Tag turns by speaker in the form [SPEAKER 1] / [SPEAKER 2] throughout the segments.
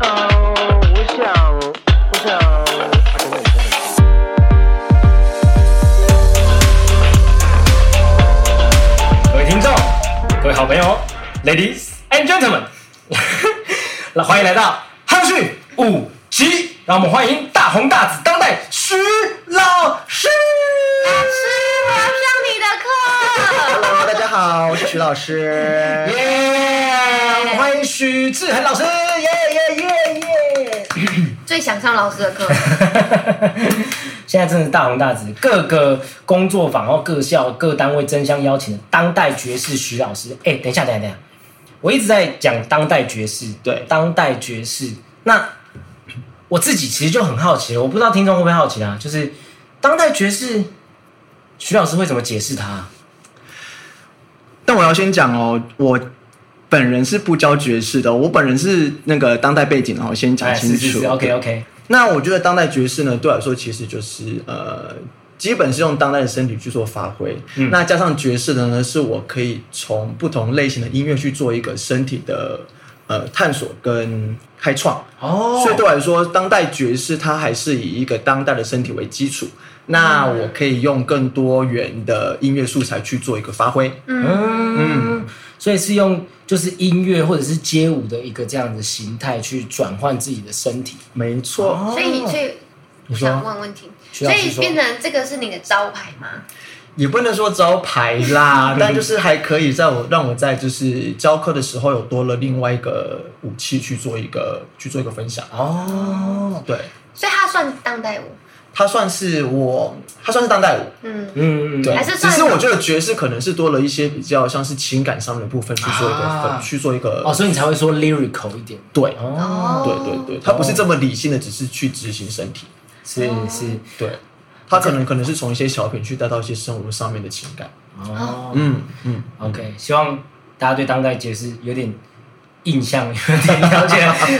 [SPEAKER 1] 嗯，我想，我想，啊等等等等。
[SPEAKER 2] 各位听众，各位好朋友，Ladies and Gentlemen，那欢迎来到汉逊五级，让我们欢迎大红大紫当代徐老师。
[SPEAKER 3] 我要上你的课。
[SPEAKER 1] Hello，大家好，我是徐老师。
[SPEAKER 2] 耶！我们欢迎许志恒老师，耶耶耶耶！
[SPEAKER 3] 最想上老师的课，
[SPEAKER 2] 现在真的是大红大紫，各个工作坊、然后各校、各单位争相邀请的当代爵士徐老师。哎、等一下，等一下，等一下，我一直在讲当代爵士，
[SPEAKER 1] 对
[SPEAKER 2] 当代爵士。那我自己其实就很好奇了，我不知道听众会不会好奇啊，就是当代爵士，徐老师会怎么解释啊它？
[SPEAKER 4] 但我要先讲哦，我本人是不教爵士的，我本人是那个当代背景哦，我先讲
[SPEAKER 2] 哎，
[SPEAKER 4] 清楚。
[SPEAKER 2] 是是是，OK OK，
[SPEAKER 4] 那我觉得当代爵士呢，对我来说其实就是呃，基本是用当代的身体去做发挥。
[SPEAKER 2] 嗯
[SPEAKER 4] 那加上爵士的呢，是我可以从不同类型的音乐去做一个身体的呃探索跟开创。
[SPEAKER 2] 哦
[SPEAKER 4] 所以对我来说，当代爵士它还是以一个当代的身体为基础。那
[SPEAKER 2] 嗯
[SPEAKER 4] 我可以用更多元的音乐素材去做一个发挥。
[SPEAKER 2] 嗯，所以是用就是音乐或者是街舞的一个这样的形态去转换自己的身体。
[SPEAKER 4] 没错。
[SPEAKER 3] 所以所以我
[SPEAKER 4] 哦你说
[SPEAKER 3] 想问问题，
[SPEAKER 2] 徐
[SPEAKER 3] 所
[SPEAKER 2] 老师
[SPEAKER 3] 以
[SPEAKER 2] 说
[SPEAKER 3] 变成这个是你的招牌吗？
[SPEAKER 4] 也不能说招牌啦，但就是还可以在我让我在就是教课的时候有多了另外一个武器去做一个去做一个分享。
[SPEAKER 2] 哦，
[SPEAKER 4] 对，
[SPEAKER 3] 所以它算当代舞，
[SPEAKER 4] 它算是我，它算是当代舞。
[SPEAKER 3] 嗯，
[SPEAKER 2] 嗯，
[SPEAKER 4] 对
[SPEAKER 3] 还，是
[SPEAKER 4] 只
[SPEAKER 3] 算
[SPEAKER 4] 是我觉得爵士可能是多了一些比较像是情感上面的部分去做一个分、
[SPEAKER 2] 啊
[SPEAKER 4] 去做一个、
[SPEAKER 2] 哦，所以你才会说 lyrical 一点。
[SPEAKER 4] 对
[SPEAKER 2] 哦，
[SPEAKER 3] 哦，
[SPEAKER 4] 对对对，它不是这么理性的，只是去执行身体。
[SPEAKER 2] 是是，
[SPEAKER 4] 对，它可能可能是从一些小品去带到一些生活上面的情感。
[SPEAKER 2] 哦
[SPEAKER 4] 嗯嗯，
[SPEAKER 2] ，OK，希望大家对当代爵士有点印象， 有点了解。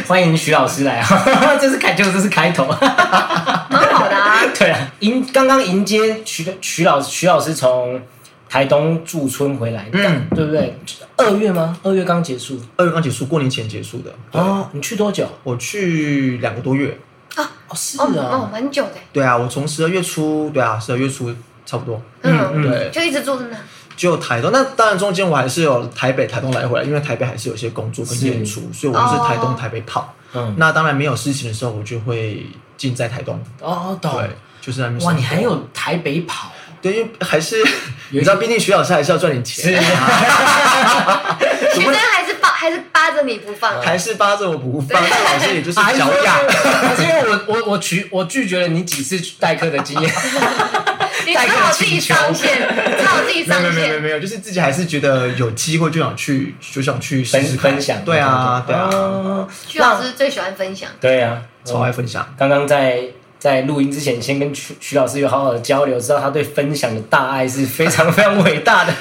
[SPEAKER 2] 欢迎徐老师来啊， 这是开，就这是开头。
[SPEAKER 3] 蛮好的啊。
[SPEAKER 2] 对啊，迎刚刚迎接徐徐老徐老师从台东驻村回来，
[SPEAKER 4] 嗯
[SPEAKER 2] 对不对？二月吗？二月刚结束。
[SPEAKER 4] 二月刚结束，过年前结束的。对
[SPEAKER 2] 哦，你去多久？
[SPEAKER 4] 我去两个多月。
[SPEAKER 2] 哦，是
[SPEAKER 3] 哦哦，，蛮久的，
[SPEAKER 4] 对啊，我从十二月初，对啊，十二月初差不多。
[SPEAKER 3] 嗯，
[SPEAKER 4] 对，
[SPEAKER 3] 就一直坐在那，
[SPEAKER 4] 就台东，那当然中间我还是有台北、台东来回来，因为台北还是有些工作跟
[SPEAKER 2] 是
[SPEAKER 4] 演出，所以我们是台东、
[SPEAKER 3] 哦
[SPEAKER 4] 台北跑。
[SPEAKER 2] 嗯，
[SPEAKER 4] 那当然没有事情的时候，我就会尽在台东。
[SPEAKER 2] 哦，懂
[SPEAKER 4] 对。，就是在那边生活。
[SPEAKER 2] 哇，你还有台北跑，
[SPEAKER 4] 对，因为 还是你知道，毕竟徐老师还是要赚点钱，
[SPEAKER 2] 啊
[SPEAKER 3] 学生还是抱还是扒着你不放，
[SPEAKER 4] 还是扒着我不放。但老师也就是
[SPEAKER 2] 还是因
[SPEAKER 4] 脚
[SPEAKER 2] 为
[SPEAKER 4] 痒，
[SPEAKER 2] 还是因为哎我我我拒我拒绝了你几次代课的经验，
[SPEAKER 3] 你只好自己上线，只好自己
[SPEAKER 4] 没
[SPEAKER 3] 上
[SPEAKER 4] 有没有没有没有
[SPEAKER 3] 线。
[SPEAKER 4] 没有，就是自己还是觉得有机会就想去，就想去试试
[SPEAKER 2] 分
[SPEAKER 4] 看
[SPEAKER 2] 分享
[SPEAKER 4] 对啊，对啊，
[SPEAKER 2] 哦
[SPEAKER 3] 徐老师最喜欢分享，
[SPEAKER 2] 对啊，
[SPEAKER 4] 超爱分享。
[SPEAKER 2] 刚刚在在录音之前，先跟徐徐老师有好好的交流，知道他对分享的大爱是非常非常伟大的。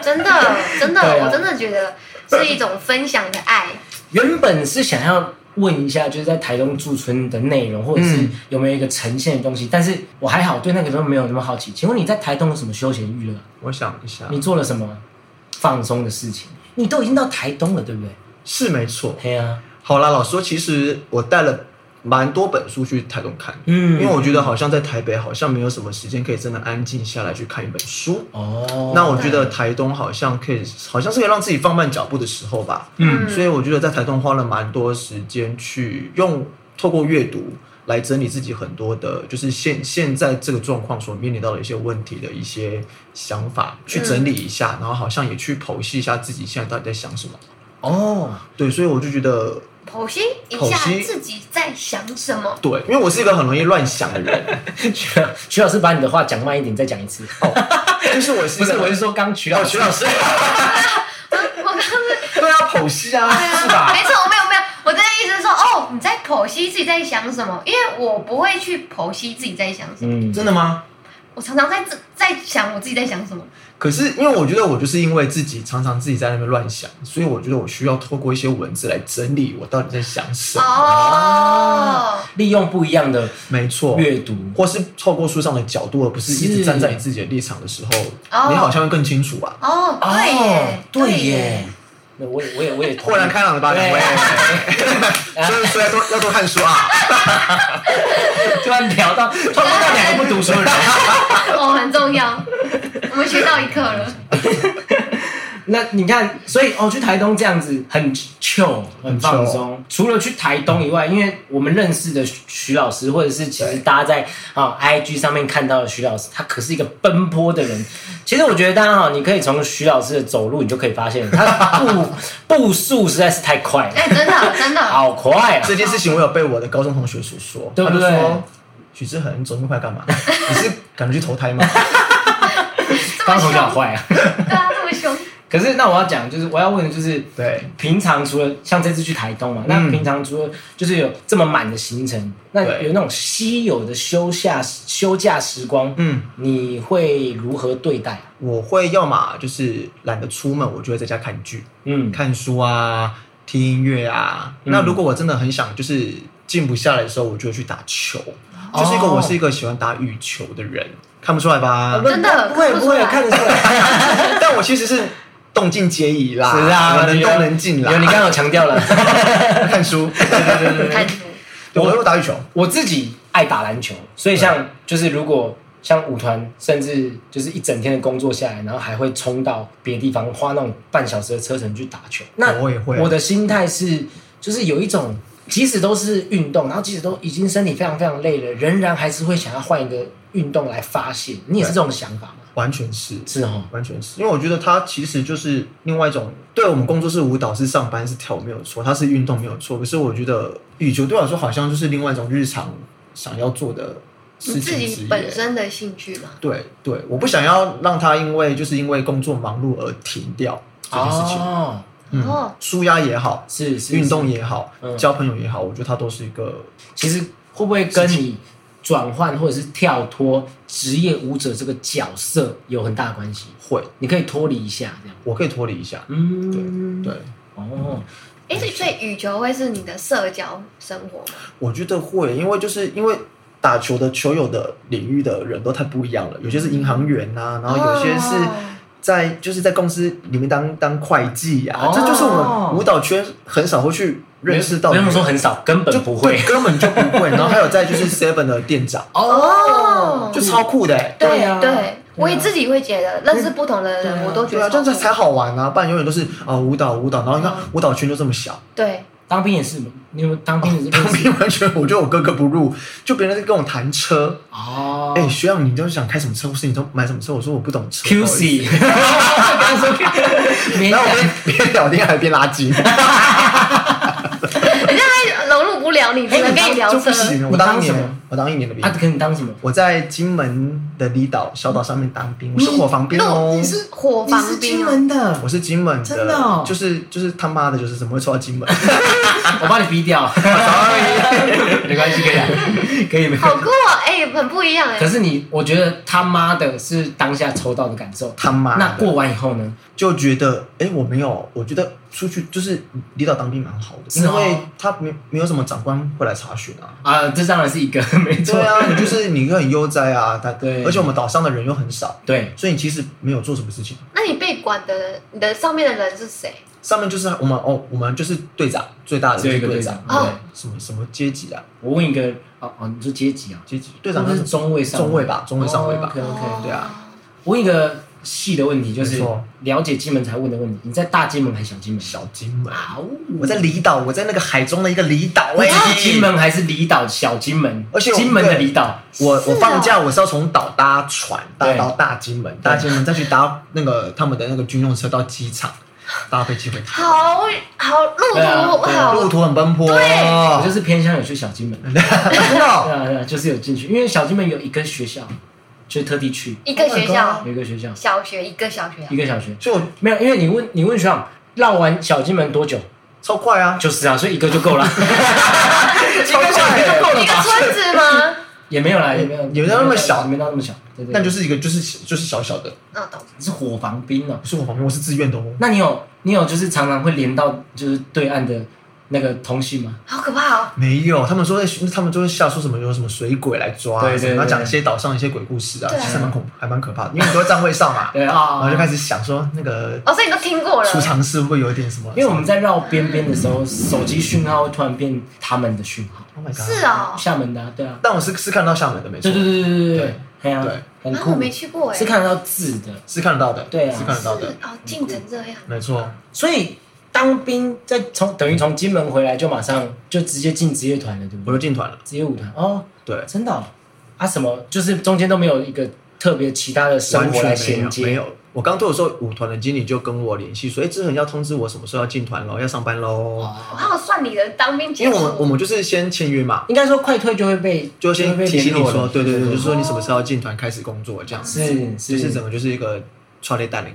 [SPEAKER 3] 真的真的，
[SPEAKER 2] 对啊
[SPEAKER 3] 我真的觉得是一种分享的爱。
[SPEAKER 2] 原本是想要问一下，就是在台东驻村的内容，或者是
[SPEAKER 4] 嗯
[SPEAKER 2] 有没有一个呈现的东西，但是我还好，对那个都没有那么好奇。请问你在台东有什么休闲娱乐？
[SPEAKER 4] 我想一下，
[SPEAKER 2] 你做了什么放松的事情？你都已经到台东了，对不对？
[SPEAKER 4] 是没错。
[SPEAKER 2] 对啊，
[SPEAKER 4] 好啦，老实说，其实我带了蛮多本书去台东看，
[SPEAKER 2] 嗯
[SPEAKER 4] 因为我觉得好像在台北好像没有什么时间可以真的安静下来去看一本书。
[SPEAKER 2] 哦，
[SPEAKER 4] 那我觉得台东好像可以，好像是可以让自己放慢脚步的时候吧。
[SPEAKER 3] 嗯
[SPEAKER 4] 所以我觉得在台东花了蛮多时间去用透过阅读来整理自己很多的，就是现现在这个状况所面临到的一些问题的一些想法，去整理一下，然后好像也去剖析一下自己现在到底在想什么。
[SPEAKER 2] 哦，
[SPEAKER 4] 对，所以我就觉得
[SPEAKER 3] 剖析一下
[SPEAKER 4] 剖析
[SPEAKER 3] 自己在想什么。
[SPEAKER 4] 对，因为我是一个很容易乱想的人，
[SPEAKER 2] 徐老徐老师把你的话讲慢一点，再讲一次。
[SPEAKER 4] 就是我是
[SPEAKER 2] 哦不
[SPEAKER 4] 一个
[SPEAKER 2] 是，我是说刚徐老
[SPEAKER 4] 哦，
[SPEAKER 2] 师，
[SPEAKER 4] 徐老师，
[SPEAKER 3] 我我刚刚是
[SPEAKER 4] 对啊，剖析啊，是吧？
[SPEAKER 3] 没错，我没有没有，我的意思是说，哦，你在剖析自己在想什么，因为我不会去剖析自己在想什么，
[SPEAKER 2] 嗯，
[SPEAKER 4] 真的吗？
[SPEAKER 3] 我常常在自在想我自己在想什么。
[SPEAKER 4] 可是因为我觉得我就是因为自己常常自己在那边乱想，所以我觉得我需要透过一些文字来整理我到底在想什么。
[SPEAKER 3] 哦，
[SPEAKER 2] 利用不一样的
[SPEAKER 4] 没错，
[SPEAKER 2] 阅读
[SPEAKER 4] 或是透过书上的角度，而不是一
[SPEAKER 2] 是
[SPEAKER 4] 直站在你自己的立场的时候，
[SPEAKER 3] 哦
[SPEAKER 4] 你好像会更清楚啊吧？
[SPEAKER 3] 哦，对耶
[SPEAKER 2] 哦，对耶，，那我也我也我也同意
[SPEAKER 4] 豁然开朗了吧，
[SPEAKER 2] 对
[SPEAKER 4] 两位？所以 所以要多要多看书啊！
[SPEAKER 2] 突然聊到，突然到两个不读书的人。
[SPEAKER 3] 哦，很重要，我们学到一课了。
[SPEAKER 2] 那你看，所以哦，去台东这样子很 chill，很放
[SPEAKER 4] chill
[SPEAKER 2] 松。除了去台东以外，因为我们认识的徐徐老师，或者是其实大家在啊、IG 上面看到的徐老师，他可是一个奔波的人。其实我觉得大家哈、你可以从徐老师的走路，你就可以发现他 的步步速实在是太快了，
[SPEAKER 3] 哎，真的真的，
[SPEAKER 2] 好快啊
[SPEAKER 4] 这！件事情我有被我的高中同学所说，
[SPEAKER 2] 对不对
[SPEAKER 4] 他就说许志恒，你走那么快干嘛？你是赶着去投胎吗？
[SPEAKER 3] 这
[SPEAKER 2] 刚
[SPEAKER 3] 么
[SPEAKER 2] 头
[SPEAKER 3] 凶，
[SPEAKER 2] 就好坏啊。
[SPEAKER 3] 对啊，这么凶，
[SPEAKER 2] 可是那我要讲，就是我要问的就是，
[SPEAKER 4] 对，
[SPEAKER 2] 平常除了像这次去台东嘛，啊那
[SPEAKER 4] 嗯
[SPEAKER 2] 平常除了就是有这么满的行程，那
[SPEAKER 4] 对
[SPEAKER 2] 有那种稀有的休假休假时光，
[SPEAKER 4] 嗯，
[SPEAKER 2] 你会如何对待？
[SPEAKER 4] 我会要么就是懒得出门，我就会在家看剧、
[SPEAKER 2] 嗯，
[SPEAKER 4] 看书啊、听音乐啊。那如果我真的很想就是静不下来的时候，我就会去打球，就是一个
[SPEAKER 2] 哦
[SPEAKER 4] 我是一个喜欢打羽球的人，看不出来吧？
[SPEAKER 3] 真的
[SPEAKER 2] 不会
[SPEAKER 3] 哦看不
[SPEAKER 2] 不
[SPEAKER 3] 出
[SPEAKER 2] 会
[SPEAKER 3] 来
[SPEAKER 2] 看得出 来，
[SPEAKER 4] 但我其实是动静皆宜啦，
[SPEAKER 2] 是啊，
[SPEAKER 4] 我能动能静啦。
[SPEAKER 2] 有你刚刚有强调了，
[SPEAKER 4] 看书，
[SPEAKER 3] 看书，
[SPEAKER 4] 对我又打羽球，
[SPEAKER 2] 我自己爱打篮球，所以像就是如果像舞团，甚至就是一整天的工作下来，然后还会冲到别的地方，花那种半小时的车程去打球。那
[SPEAKER 4] 我也会啊
[SPEAKER 2] 我的心态是，就是有一种即使都是运动，然后即使都已经身体非常非常累了，仍然还是会想要换一个运动来发泄。你也是这种想法吗？
[SPEAKER 4] 完全是。
[SPEAKER 2] 是哦，
[SPEAKER 4] 完全是因为我觉得它其实就是另外一种，对我们工作是舞蹈是上班是跳舞没有错，它是运动没有错。可是我觉得羽球对我来说好像就是另外一种日常想要做的事
[SPEAKER 3] 你自
[SPEAKER 4] 情之
[SPEAKER 3] 己
[SPEAKER 4] 一。
[SPEAKER 3] 本身的兴趣嘛，
[SPEAKER 4] 对对，我不想要让它因为就是因为工作忙碌而停掉这件事情。
[SPEAKER 2] 哦，
[SPEAKER 4] 嗯
[SPEAKER 3] 哦，
[SPEAKER 4] 舒压也好，
[SPEAKER 2] 是是
[SPEAKER 4] 运动
[SPEAKER 2] 是
[SPEAKER 4] 也好
[SPEAKER 2] 嗯，
[SPEAKER 4] 交朋友也好，我觉得它都是一个
[SPEAKER 2] 其实会不会跟你转换或者是跳脱职业舞者这个角色有很大的关系？
[SPEAKER 4] 会，
[SPEAKER 2] 你可以脱离一下，这样。
[SPEAKER 4] 我可以脱离一下。
[SPEAKER 2] 嗯，
[SPEAKER 4] 对。
[SPEAKER 2] 哦，
[SPEAKER 3] 哎，所以羽球会是你的社交生活吗？
[SPEAKER 4] 我觉得会，因为就是因为打球的球友的领域的人都太不一样了，有些是银行员呐、然后有些是
[SPEAKER 3] 哦
[SPEAKER 4] 在就是在公司里面当当会计呀、
[SPEAKER 2] 哦
[SPEAKER 4] 这就是我们舞蹈圈很少会去认识到
[SPEAKER 2] 不
[SPEAKER 4] 的人，
[SPEAKER 2] 用说很少，根
[SPEAKER 4] 就
[SPEAKER 2] 本不会
[SPEAKER 4] 对。根本就不 会。然后还有在就是 Seven 的店长，
[SPEAKER 3] 哦
[SPEAKER 4] 就超酷的、欸。
[SPEAKER 2] 对啊
[SPEAKER 3] 对，我也自己会觉得认识不同的
[SPEAKER 2] 对啊
[SPEAKER 3] 人，我都觉
[SPEAKER 4] 对啊，
[SPEAKER 3] 得
[SPEAKER 4] 这样
[SPEAKER 3] 超
[SPEAKER 4] 子
[SPEAKER 3] 酷
[SPEAKER 4] 才好玩啊！不然永远都是啊、舞蹈舞蹈，然后你看舞蹈圈就这么小，
[SPEAKER 3] 对，
[SPEAKER 2] 当兵也是嘛，你有没有当兵也是
[SPEAKER 4] 当兵完全我觉得我格格不入，就别人在跟我谈车，
[SPEAKER 2] 哦。
[SPEAKER 4] 哎、学长，你都想开什么车，或是你都买什么车？我说我不懂车。不好意思
[SPEAKER 2] QC，刚说 没
[SPEAKER 4] 然后我边边聊天还边拉筋，
[SPEAKER 3] 人家还融入不了你，只能跟你聊
[SPEAKER 4] 就
[SPEAKER 3] 车
[SPEAKER 4] 不。行。
[SPEAKER 2] 你
[SPEAKER 4] 我
[SPEAKER 2] 当
[SPEAKER 4] 当一
[SPEAKER 2] 什
[SPEAKER 4] 年
[SPEAKER 2] 么，
[SPEAKER 4] 我当一年的兵
[SPEAKER 2] 啊，，可你当什么？
[SPEAKER 4] 我在金门的离岛小岛上面当兵，我是火防兵
[SPEAKER 3] 路
[SPEAKER 4] 哦
[SPEAKER 3] 你。是火
[SPEAKER 2] 你
[SPEAKER 3] 防
[SPEAKER 2] 是
[SPEAKER 3] 兵
[SPEAKER 2] 金
[SPEAKER 3] 哦，
[SPEAKER 2] 门的
[SPEAKER 4] 我，是金门
[SPEAKER 2] 真的哦
[SPEAKER 4] 的，就是就是他妈的，就是怎么会抽到金门？
[SPEAKER 2] 我帮你逼掉。Sorry，没关系，可以啊，可以没
[SPEAKER 3] 好酷哦！哎，很不一样
[SPEAKER 2] 可
[SPEAKER 3] 哎。
[SPEAKER 2] 是你，我觉得他妈的是当下抽到的感受。
[SPEAKER 4] 他妈的
[SPEAKER 2] 那过完以后呢？
[SPEAKER 4] 就觉得，哎、我没有，我觉得出去就是离岛当兵蛮好的，
[SPEAKER 2] 是
[SPEAKER 4] 因
[SPEAKER 2] 哦
[SPEAKER 4] 为他没没有什么长官会来查询啊。
[SPEAKER 2] 啊，这当然是一个 没错
[SPEAKER 4] 对。啊，你就是你很悠哉啊，他
[SPEAKER 2] 对
[SPEAKER 4] 而且我们岛上的人又很少，
[SPEAKER 2] 对，
[SPEAKER 4] 所以你其实没有做什么事情。
[SPEAKER 3] 那你被管的人，你的上面的人是谁？
[SPEAKER 4] 上面就是我们哦，我们就是队长，最
[SPEAKER 3] 啊
[SPEAKER 4] 大的就
[SPEAKER 2] 只有
[SPEAKER 4] 是队长，
[SPEAKER 2] 一个队长
[SPEAKER 3] 哦
[SPEAKER 4] 对，什么什么阶级啊？
[SPEAKER 2] 我问一个，哦哦，你说阶级啊？
[SPEAKER 4] 阶级队长
[SPEAKER 2] 会不会是中尉上尉
[SPEAKER 4] 中尉吧，中尉上尉吧。
[SPEAKER 2] OK
[SPEAKER 3] 哦
[SPEAKER 2] OK，
[SPEAKER 4] 对啊。
[SPEAKER 2] 我问一个细的问题，就是
[SPEAKER 4] 没错
[SPEAKER 2] 了解金门才问的问题。你在大金门还是小金门？
[SPEAKER 4] 小金门，
[SPEAKER 2] 啊呜，
[SPEAKER 4] 我在离岛，我在那个海中的一个离岛
[SPEAKER 2] 我
[SPEAKER 4] 哎
[SPEAKER 2] 只，是金。门还是离岛？小金门，
[SPEAKER 4] 而且我
[SPEAKER 2] 金门的离岛，
[SPEAKER 4] 我
[SPEAKER 3] 是哦
[SPEAKER 4] 我放假我是要从岛搭船搭
[SPEAKER 2] 对
[SPEAKER 4] 到大金门，大金门再去搭那个他们的那个军用车到机 场，搭飞机回台。
[SPEAKER 3] 好好路
[SPEAKER 2] 对啊
[SPEAKER 3] 途
[SPEAKER 2] 对啊
[SPEAKER 3] 好，
[SPEAKER 4] 路途很奔波，
[SPEAKER 2] 我就
[SPEAKER 4] 真
[SPEAKER 2] 是偏向有去小 金门，对
[SPEAKER 4] 的。
[SPEAKER 2] 啊对啊，就是有进去，因为小金门有一个学校，就特地去
[SPEAKER 3] 一个学
[SPEAKER 4] Oh my
[SPEAKER 3] 校
[SPEAKER 4] god，
[SPEAKER 2] 有一个学校，
[SPEAKER 3] 小学一个小学啊
[SPEAKER 2] 一，个小学，
[SPEAKER 4] 所以我
[SPEAKER 2] 没有，因为你问你问学长绕完小金门多久？
[SPEAKER 4] 超快啊，
[SPEAKER 2] 就是啊，所以一个就够了，一个小学就够了
[SPEAKER 3] 哦一个
[SPEAKER 2] 吧？
[SPEAKER 3] 村子吗？
[SPEAKER 2] 也没有啦，也没有，
[SPEAKER 4] 也没到那么小
[SPEAKER 2] 也没到那么小，对对。
[SPEAKER 4] 但就是一个就是就是小小的，
[SPEAKER 3] 那懂。
[SPEAKER 2] 你是火防兵啊
[SPEAKER 4] 不。是我旁边，我是自愿的哦。
[SPEAKER 2] 那你有你有就是常常会连到就是对岸的那个通信吗？
[SPEAKER 3] 好可怕哦！
[SPEAKER 4] 没有，他们说在，他们就会笑说什么有什么水鬼来抓啊，
[SPEAKER 2] 对对
[SPEAKER 4] 什么然后
[SPEAKER 2] 对
[SPEAKER 4] 讲一些岛上一些鬼故事啊，
[SPEAKER 3] 对啊
[SPEAKER 4] 其实蛮恐还蛮可怕的，因为你都在站位上嘛，
[SPEAKER 2] 对
[SPEAKER 4] 然
[SPEAKER 2] 啊，
[SPEAKER 4] 后就开始想说那个
[SPEAKER 3] 哦，所以你都听过了。
[SPEAKER 4] 储藏室会不会有一点什么，
[SPEAKER 2] 因为我们在绕边边的时候，手机讯号会突然变他们的讯号，
[SPEAKER 4] Oh my God
[SPEAKER 3] 是，哦，
[SPEAKER 2] 厦门的、啊，对啊，
[SPEAKER 4] 但我是是看得到厦门的，没错
[SPEAKER 2] 对，对对对对对，哎呀、
[SPEAKER 4] 对
[SPEAKER 2] 很
[SPEAKER 3] 然后
[SPEAKER 2] 酷，
[SPEAKER 3] 我没去过哎，
[SPEAKER 2] 是看得到字的，
[SPEAKER 4] 是看得到的，
[SPEAKER 2] 对啊
[SPEAKER 4] 是看得到的
[SPEAKER 3] 是，哦，近成这样。
[SPEAKER 4] 没错，
[SPEAKER 2] 所以当兵在从等于从金门回来就马上就直接进职业团了，对不
[SPEAKER 4] 我就
[SPEAKER 2] 对？
[SPEAKER 4] 进团了，
[SPEAKER 2] 职业舞团哦，
[SPEAKER 4] 对，
[SPEAKER 2] 真的哦、啊，什么就是中间都没有一个特别其他的生
[SPEAKER 4] 完
[SPEAKER 2] 活
[SPEAKER 4] 全
[SPEAKER 2] 来
[SPEAKER 4] 没
[SPEAKER 2] 衔
[SPEAKER 4] 有
[SPEAKER 2] 接，
[SPEAKER 4] 没有。我刚做的时候，舞团的经理就跟我联系说，哎，志恒要通知我什么时候要进团喽，要上班喽。
[SPEAKER 3] 我
[SPEAKER 2] 哦。
[SPEAKER 3] 还有算你的当兵
[SPEAKER 4] 因
[SPEAKER 3] 结
[SPEAKER 4] 为
[SPEAKER 3] 束。
[SPEAKER 4] 我们我们就是先签约嘛，
[SPEAKER 2] 应该说快退就会被
[SPEAKER 4] 就先
[SPEAKER 2] 会被
[SPEAKER 4] 提醒
[SPEAKER 2] 联
[SPEAKER 4] 你
[SPEAKER 2] 络
[SPEAKER 4] 说，
[SPEAKER 2] 了
[SPEAKER 4] 对对对，就是说你什么时候要进团开始工作这样子，
[SPEAKER 2] 是
[SPEAKER 4] 就是是整个就是一个创业带 领。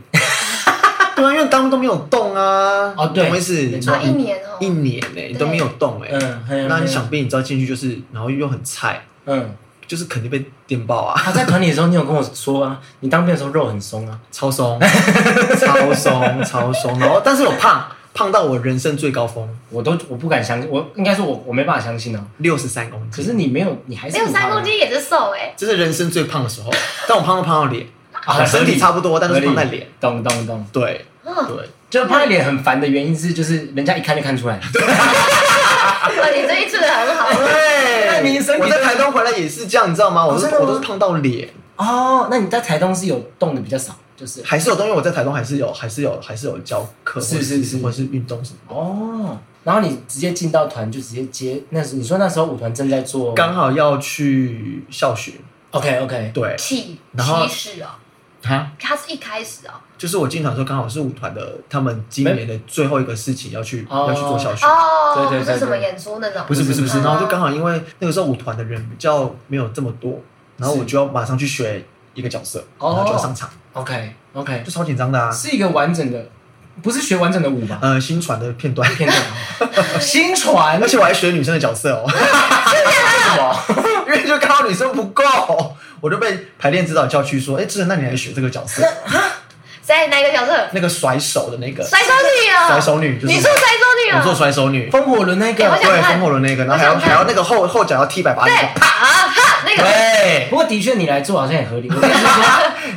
[SPEAKER 4] 对啊，因为当都没有动啊，
[SPEAKER 2] 哦对
[SPEAKER 4] 懂我意思？
[SPEAKER 2] 没错
[SPEAKER 3] 啊一年哦
[SPEAKER 4] 一年呢，你都没有动哎，
[SPEAKER 2] 嗯，很有
[SPEAKER 4] 那你
[SPEAKER 2] 很有
[SPEAKER 4] 想必你知道进去就是，然后又很菜，
[SPEAKER 2] 嗯，
[SPEAKER 4] 就是肯定被电爆啊，
[SPEAKER 2] 他在团里的时候，你有跟我说啊，你当兵的时候肉很松啊，
[SPEAKER 4] 超 松，超松，超松。然后，但是我胖，胖到我人生最高峰
[SPEAKER 2] 我都我不敢相信，我应该说我我没办法相信啊。
[SPEAKER 4] 六十三公斤，
[SPEAKER 2] 可是你没有，你还是
[SPEAKER 3] 没有
[SPEAKER 2] 很胖
[SPEAKER 3] 三
[SPEAKER 2] 啊
[SPEAKER 3] 公斤也是瘦哎，
[SPEAKER 4] 这是人生最胖的时候，但我胖都胖到脸，
[SPEAKER 2] 啊，
[SPEAKER 4] 身体差不多，但是胖在脸，
[SPEAKER 2] 懂懂懂，
[SPEAKER 4] 对
[SPEAKER 3] 嗯，
[SPEAKER 4] 对，
[SPEAKER 2] 就是胖在脸很烦的原因是，就是人家一看就看出来，
[SPEAKER 3] 哇哦你这一次很好。
[SPEAKER 2] 那你身
[SPEAKER 4] 对，
[SPEAKER 2] 体
[SPEAKER 4] 我在台东回来也是这样，你知道吗？我是
[SPEAKER 2] 哦真的吗
[SPEAKER 4] 我都是胖到脸，
[SPEAKER 2] 哦，那你在台东是有动的比较少，就是
[SPEAKER 4] 还是有东西，我在台东还是有，还是有，还是有教课，
[SPEAKER 2] 是
[SPEAKER 4] 或者
[SPEAKER 2] 是是
[SPEAKER 4] 或者是运动什么的。
[SPEAKER 2] 哦，然后你直接进到团就直接接，那时你说那时候舞团正在做
[SPEAKER 4] 刚好要去校巡，
[SPEAKER 2] ，OK OK，
[SPEAKER 4] 对，
[SPEAKER 3] 起
[SPEAKER 4] 然后
[SPEAKER 3] 起始哦，
[SPEAKER 4] 哈，
[SPEAKER 3] 他是一开始哦，
[SPEAKER 4] 就是我进团的时候刚好是舞团的他们今年的最后一个事情要去
[SPEAKER 2] 哦
[SPEAKER 4] 要去做校巡。
[SPEAKER 3] 哦，
[SPEAKER 2] 对对对
[SPEAKER 3] 不是什么
[SPEAKER 2] 对
[SPEAKER 3] 演出那种，
[SPEAKER 4] 不是不是不是，
[SPEAKER 3] 嗯
[SPEAKER 4] 然后就刚好因为那个时候舞团的人比较没有这么多，然后我就要马上去学一个角色，
[SPEAKER 2] 哦
[SPEAKER 4] 然后就要上场，
[SPEAKER 2] OK OK，
[SPEAKER 4] 就超紧张的啊。
[SPEAKER 2] 是一个完整的，不是学完整的舞吧？
[SPEAKER 4] 呃，新传的片段，
[SPEAKER 2] 片 段，新传
[SPEAKER 4] 而且我还学女生的角色哦，
[SPEAKER 2] 什么？
[SPEAKER 4] 因为就刚好女生不够，我就被排练指导叫去说，哎，志恒，那你来学这个角 色，
[SPEAKER 3] 谁哪一个角色？
[SPEAKER 4] 那个甩手的那个
[SPEAKER 3] 甩手女啊！
[SPEAKER 4] 甩手女，就是
[SPEAKER 3] 你做甩手女啊？
[SPEAKER 4] 我做甩手女，
[SPEAKER 2] 风火轮那
[SPEAKER 3] 哎我
[SPEAKER 2] 个
[SPEAKER 3] 想。
[SPEAKER 4] 对，风火轮那个，然后还要
[SPEAKER 3] 我想看
[SPEAKER 4] 还要那个后后脚要踢百八
[SPEAKER 3] 对
[SPEAKER 4] 十，
[SPEAKER 3] 啊哈那个
[SPEAKER 4] 对
[SPEAKER 2] 不，过的确，你来做好像也 合理。我跟你说，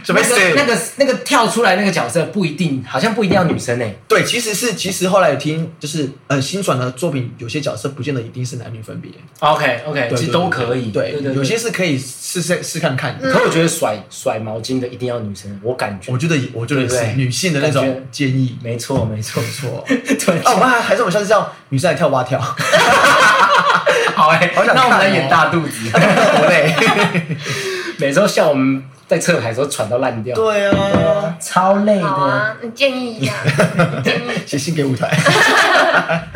[SPEAKER 4] 准备死
[SPEAKER 2] 那个那个那个跳出来那个角色不一定，好像不一定要女生欸诶。
[SPEAKER 4] 对，其实是其实后来听就是呃新传的作品，有些角色不见得一定是男女分别，
[SPEAKER 2] OK OK，
[SPEAKER 4] 对
[SPEAKER 2] 其实都可以。
[SPEAKER 4] 对，嗯
[SPEAKER 2] 对对，
[SPEAKER 4] 有些是可以试试试看看。
[SPEAKER 2] 可我觉得甩甩毛巾的一定要女生，我感觉
[SPEAKER 4] 我。觉得也我觉得
[SPEAKER 2] 对不
[SPEAKER 4] 是
[SPEAKER 2] 对
[SPEAKER 4] 女性的那
[SPEAKER 2] 感觉
[SPEAKER 4] 种建议
[SPEAKER 2] 没错没错
[SPEAKER 4] 不错。
[SPEAKER 2] 对，
[SPEAKER 4] 哦，我们还还是我们下次叫女生来跳蛙跳，
[SPEAKER 2] 好哎，
[SPEAKER 4] 好想
[SPEAKER 2] 那我们
[SPEAKER 4] 看
[SPEAKER 2] 来
[SPEAKER 4] 哦
[SPEAKER 2] 演大肚子，哦
[SPEAKER 4] 多累。
[SPEAKER 2] 每周笑我们在侧海的时候喘到烂掉，
[SPEAKER 4] 对啊，
[SPEAKER 2] 超累
[SPEAKER 3] 好
[SPEAKER 2] 的。
[SPEAKER 3] 啊，你建议一 下，建议
[SPEAKER 4] 写信给舞台。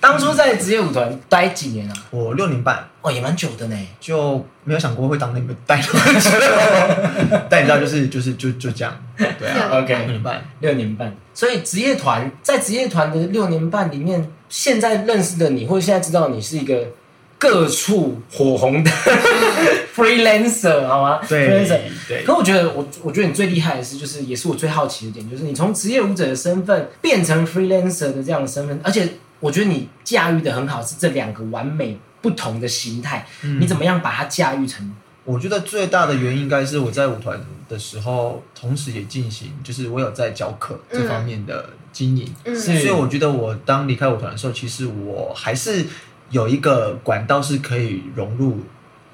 [SPEAKER 2] 当初在职业舞团待几年啊？
[SPEAKER 4] 我六年半
[SPEAKER 2] 哦，也蛮久的呢。
[SPEAKER 4] 就没有想过会当那个带那么久，但你知道就是就是就就这样，对啊，六
[SPEAKER 2] OK，
[SPEAKER 4] 年半。
[SPEAKER 2] 六年半，所以职业团在职业团的六年半里面，现在认识的你，或者现在知道你是一个各处火红的 freelancer，好吗？
[SPEAKER 4] 对
[SPEAKER 2] freelancer。
[SPEAKER 4] 对
[SPEAKER 2] 可我觉得我我觉得你最厉害的是，就是也是我最好奇的点，就是你从职业舞者的身份变成 freelancer 的这样的身份，而且我觉得你驾驭的很好，是这两个完美不同的形态，
[SPEAKER 4] 嗯
[SPEAKER 2] 你怎么样把它驾驭成？
[SPEAKER 4] 我觉得最大的原因应该是我在舞团的时候，同时也进行，就是我有在教课这方面的经营，
[SPEAKER 3] 嗯
[SPEAKER 2] 是
[SPEAKER 4] 所以我觉得我当离开舞团的时候，其实我还是有一个管道是可以融入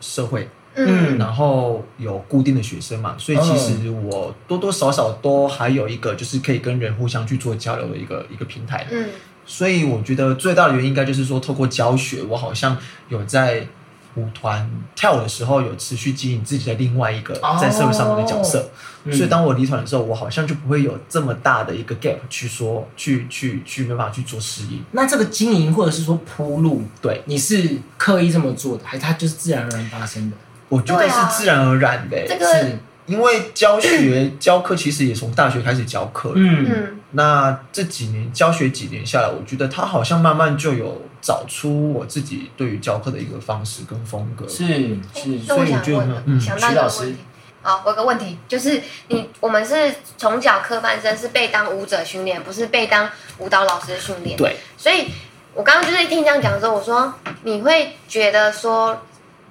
[SPEAKER 4] 社会，
[SPEAKER 3] 嗯
[SPEAKER 4] 然后有固定的学生嘛，所以其实我多多少少都还有一个就是可以跟人互相去做交流的一个一个平台，
[SPEAKER 3] 嗯
[SPEAKER 4] 所以我觉得最大的原因应该就是说，透过教学，我好像有在舞团跳舞的时候有持续经营自己的另外一个
[SPEAKER 2] 哦
[SPEAKER 4] 在社会上面的角色。
[SPEAKER 2] 嗯
[SPEAKER 4] 所以当我离团的时候，我好像就不会有这么大的一个 gap 去说去去去没办法去做事业。
[SPEAKER 2] 那这个经营或者是说铺路，
[SPEAKER 4] 对，
[SPEAKER 2] 你是刻意这么做的，还是它就是自然而然发生的？
[SPEAKER 4] 我觉得
[SPEAKER 3] 对
[SPEAKER 4] 是
[SPEAKER 3] 啊
[SPEAKER 4] 自然而然的、欸
[SPEAKER 3] 这个
[SPEAKER 2] 是，
[SPEAKER 4] 因为教学 教课其实也从大学开始教课了。
[SPEAKER 2] 嗯，
[SPEAKER 3] 嗯
[SPEAKER 4] 那这几年教学几年下来，我觉得他好像慢慢就有找出我自己对于教课的一个方式跟风格。
[SPEAKER 2] 是是，
[SPEAKER 3] 哎那
[SPEAKER 2] 所
[SPEAKER 3] 我
[SPEAKER 2] 以
[SPEAKER 3] 想
[SPEAKER 2] 我觉
[SPEAKER 3] 问
[SPEAKER 2] 得
[SPEAKER 3] 了，
[SPEAKER 4] 嗯
[SPEAKER 3] 想到一
[SPEAKER 2] 徐老
[SPEAKER 3] 个
[SPEAKER 2] 师
[SPEAKER 3] 问题。好，我有个问题，就是你我们是从小科班生，是被当舞者训练，不是被当舞蹈老师训练。
[SPEAKER 4] 对，
[SPEAKER 3] 所以我刚刚就是听你这样讲的时候，我说你会觉得说，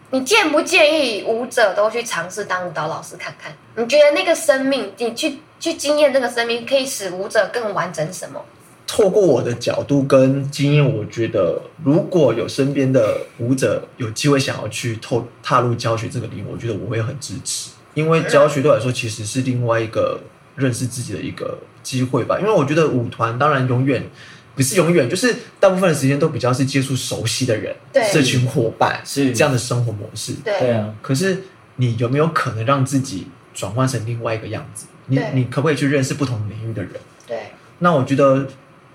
[SPEAKER 3] 你建不建议舞者都去尝试当舞蹈老师看看？你觉得那个生命，你去去经验这个生命，可以使舞者更完整什么？
[SPEAKER 4] 透过我的角度跟经验，我觉得如果有身边的舞者有机会想要去透踏入教学这个领域，我觉得我会很支持，因为教学对我来说其实是另外一个认识自己的一个机会吧。因为我觉得舞团当然永远不是永远，就是大部分的时间都比较是接触熟悉的人
[SPEAKER 3] 对，
[SPEAKER 4] 这群伙伴
[SPEAKER 2] 是
[SPEAKER 4] 这样的生活模式。
[SPEAKER 2] 对
[SPEAKER 3] 对，
[SPEAKER 2] 啊，
[SPEAKER 4] 可是你有没有可能让自己转换成另外一个样子？你
[SPEAKER 3] 对
[SPEAKER 4] 你可不可以去认识不同领域的人？
[SPEAKER 3] 对，
[SPEAKER 4] 那我觉得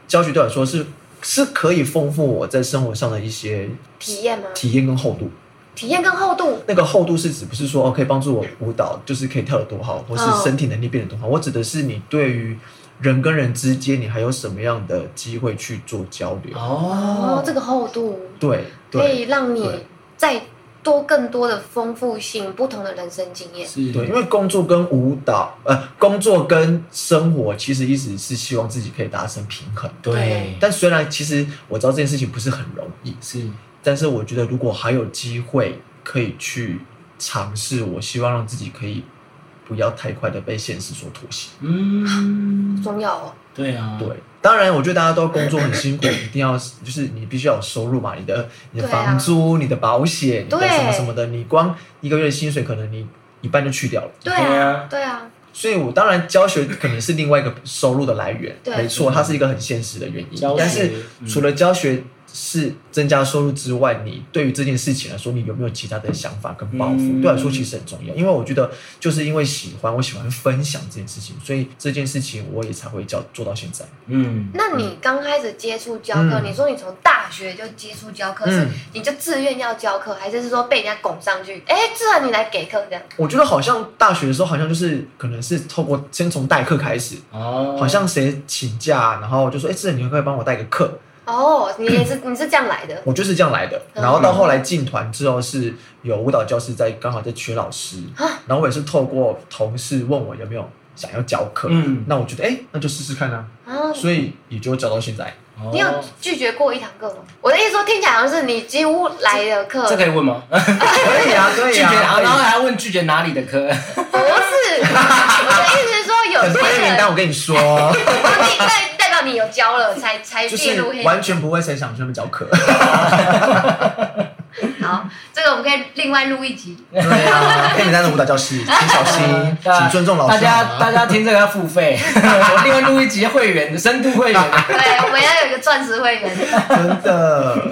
[SPEAKER 4] 教学对我来说是是可以丰富我在生活上的一些
[SPEAKER 3] 体验吗？
[SPEAKER 4] 体验跟厚度。
[SPEAKER 3] 体验跟厚度，
[SPEAKER 4] 那个厚度是指不是说哦可以帮助我舞蹈，就是可以跳得多好，或
[SPEAKER 3] 哦
[SPEAKER 4] 是身体能力变得多好。我指的是你对于人跟人之间，你还有什么样的机会去做交流？
[SPEAKER 2] 哦
[SPEAKER 3] 哦，，这个厚度
[SPEAKER 4] 对
[SPEAKER 3] 可
[SPEAKER 4] 对
[SPEAKER 3] 以让你
[SPEAKER 4] 对
[SPEAKER 3] 再多更多的丰富性，不同的人生经验。
[SPEAKER 2] 是
[SPEAKER 4] 对，因为工作跟舞蹈，呃，工作跟生活其实一直是希望自己可以达成平衡。
[SPEAKER 2] 对，
[SPEAKER 4] 但虽然其实我知道这件事情不是很容易，
[SPEAKER 2] 是
[SPEAKER 4] 但是我觉得如果还有机会可以去尝试，我希望让自己可以不要太快的被现实所妥协。
[SPEAKER 2] 嗯，
[SPEAKER 3] 重要哦，
[SPEAKER 2] 对啊，
[SPEAKER 4] 对，当然我觉得大家都工作很辛苦，一定要就是你必须要有收入嘛，你的你的
[SPEAKER 3] 对啊
[SPEAKER 4] 房租、你的保险、你的
[SPEAKER 3] 对
[SPEAKER 4] 什么什么的，你光一个月的薪水可能你一半就去掉了。
[SPEAKER 3] 对
[SPEAKER 2] 对
[SPEAKER 3] 啊
[SPEAKER 2] 啊，
[SPEAKER 3] 对啊，
[SPEAKER 4] 所以我当然教学可能是另外一个收入的来源，
[SPEAKER 3] 对
[SPEAKER 4] 没错，它是一个很现实的原因
[SPEAKER 2] 教。学
[SPEAKER 4] 但是
[SPEAKER 2] 嗯
[SPEAKER 4] 除了教学是增加收入之外，你对于这件事情来说，你有没有其他的想法跟抱负？
[SPEAKER 2] 嗯
[SPEAKER 4] 对我来说其实很重要，因为我觉得就是因为喜欢，我喜欢分享这件事情，所以这件事情我也才会教做到现在。
[SPEAKER 2] 嗯，
[SPEAKER 3] 那你刚开始接触教课，
[SPEAKER 4] 嗯
[SPEAKER 3] 你说你从大学就接触教课，是
[SPEAKER 4] 嗯
[SPEAKER 3] 你就自愿要教课，还是是说被人家拱上去？哎，志恒你来给课这样？
[SPEAKER 4] 我觉得好像大学的时候，好像就是可能是透过先从代课开始，
[SPEAKER 2] 哦，
[SPEAKER 4] 好像谁请假，然后就说：“哎，志远，你可不可以帮我带个课？”
[SPEAKER 3] 哦，你也是你是这样来的，
[SPEAKER 4] 我就是这样来的。
[SPEAKER 3] 嗯
[SPEAKER 4] 然后到后来进团之后，是有舞蹈教师在刚好在缺老师，
[SPEAKER 2] 啊
[SPEAKER 4] 然后我也是透过同事问我有没有想要教课，
[SPEAKER 2] 嗯，
[SPEAKER 4] 那我觉得哎、那就试试看啊，
[SPEAKER 3] 啊？
[SPEAKER 4] 所以也就教到 现在。
[SPEAKER 2] 哦
[SPEAKER 3] 你有拒绝过一堂课吗？我的意思说，听起来好像是你几乎来的课，
[SPEAKER 2] 这可以问吗？
[SPEAKER 4] 可以啊，可
[SPEAKER 2] 拒
[SPEAKER 4] 以
[SPEAKER 2] 绝，
[SPEAKER 4] 啊，
[SPEAKER 2] 然后
[SPEAKER 4] 可以
[SPEAKER 2] 还要问拒绝哪里的 科？
[SPEAKER 3] 不是。我的意思是说，有
[SPEAKER 4] 很多黑
[SPEAKER 3] 些
[SPEAKER 4] 名
[SPEAKER 3] 人
[SPEAKER 4] 单，我跟你说，
[SPEAKER 3] 你代代表你有教了，才才
[SPEAKER 4] 就是
[SPEAKER 3] 列入黑名单
[SPEAKER 4] 完全不会谁想去那边教 课。
[SPEAKER 3] 好，这个我们可以另外录一集。
[SPEAKER 4] 对啊，黑名单的舞蹈教师，请小心，
[SPEAKER 2] 大家
[SPEAKER 4] 请尊重老
[SPEAKER 2] 啊
[SPEAKER 4] 师。
[SPEAKER 2] 大
[SPEAKER 4] 啊
[SPEAKER 2] 家
[SPEAKER 4] 好吗
[SPEAKER 2] 大家听这个要付 费，我另外录一集会员，深度会员。
[SPEAKER 3] 对，我们要有一个钻石会员。
[SPEAKER 4] 真的，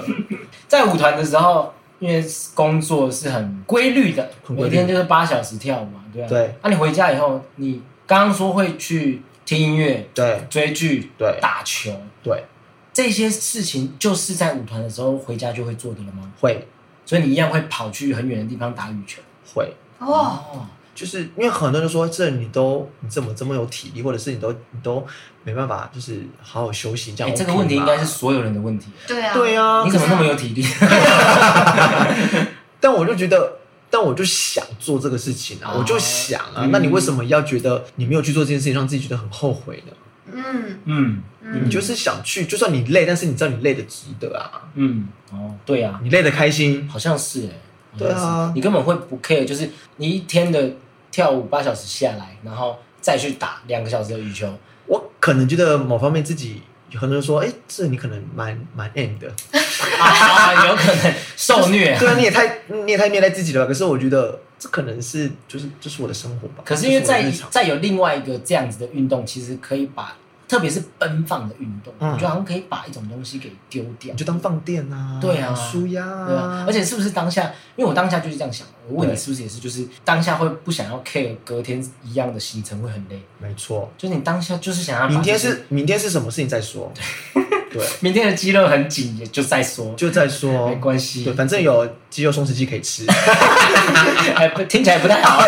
[SPEAKER 2] 在舞团的时候，因为工作是很规律的，
[SPEAKER 4] 很规
[SPEAKER 2] 每
[SPEAKER 4] 律
[SPEAKER 2] 天就是八小时跳嘛，对啊。
[SPEAKER 4] 对。
[SPEAKER 2] 那、你回家以后，你刚刚说会去听音乐、
[SPEAKER 4] 对
[SPEAKER 2] 追剧、
[SPEAKER 4] 对
[SPEAKER 2] 打球
[SPEAKER 4] 对，
[SPEAKER 2] 这些事情，就是在舞团的时候回家就会做的了吗？
[SPEAKER 4] 会
[SPEAKER 2] 所以你一样会跑去很远的地方打羽球。
[SPEAKER 4] 会。
[SPEAKER 3] 哇，
[SPEAKER 2] 哦，
[SPEAKER 4] 就是因为很多人都说，这你都你怎么这么有体力，或者是你都你都没办法，就是好好休息这
[SPEAKER 2] 哎、
[SPEAKER 4] 样 OK 吗、
[SPEAKER 2] 这个问题应该是所有人的问题。
[SPEAKER 3] 对啊，
[SPEAKER 4] 对
[SPEAKER 3] 啊，
[SPEAKER 4] 啊
[SPEAKER 2] 你，怎么那么有体力？
[SPEAKER 4] 但我就觉得，但我就想做这个事情啊，
[SPEAKER 2] 哦
[SPEAKER 4] 我就想啊，
[SPEAKER 2] 嗯
[SPEAKER 4] 那你为什么要觉得你没有去做这件事情，让自己觉得很后悔呢？
[SPEAKER 3] 嗯
[SPEAKER 2] 嗯
[SPEAKER 4] 你
[SPEAKER 3] 嗯，
[SPEAKER 4] 就是想去，就算你累，但是你知道你累的值得啊，
[SPEAKER 2] 嗯，哦，对呀、
[SPEAKER 4] 你累的开心，
[SPEAKER 2] 好像是哎、好像
[SPEAKER 4] 对啊
[SPEAKER 2] 是你根本会不 care，就是你一天的跳舞八小时下来，然后再去打两个小时的羽球，
[SPEAKER 4] 我可能觉得某方面自己。有很多人说，哎、这你可能蛮蛮 end 的，
[SPEAKER 2] 啊， 有可 能受虐。
[SPEAKER 4] 对啊，你也太你也太虐待自己了吧。可是我觉得这可能是就是就是我的生活吧。
[SPEAKER 2] 可是因为
[SPEAKER 4] 这我的
[SPEAKER 2] 在
[SPEAKER 4] 日常
[SPEAKER 2] 再有另外一个这样子的运动，其实可以把，特别是奔放的运动，
[SPEAKER 4] 嗯
[SPEAKER 2] 我觉得好像可以把一种东西给丢掉
[SPEAKER 4] 你。就当放电啊，
[SPEAKER 2] 对啊
[SPEAKER 4] 舒压啊，
[SPEAKER 2] 对啊，而且是不是当下？因为我当下就是这样想，我问你
[SPEAKER 4] 对
[SPEAKER 2] 是不是也是，就是当下会不想要 care 隔天一样的行程会很累，
[SPEAKER 4] 没错，
[SPEAKER 2] 就是你当下就是想要把
[SPEAKER 4] 明天
[SPEAKER 2] 这些
[SPEAKER 4] 是明天是什么事情再说， 对，
[SPEAKER 2] 明天的肌肉很紧，也就再说，
[SPEAKER 4] 就再说，
[SPEAKER 2] 没关系
[SPEAKER 4] 对，反正有肌肉松弛剂可以吃，
[SPEAKER 2] 哎，不听起来不太 好，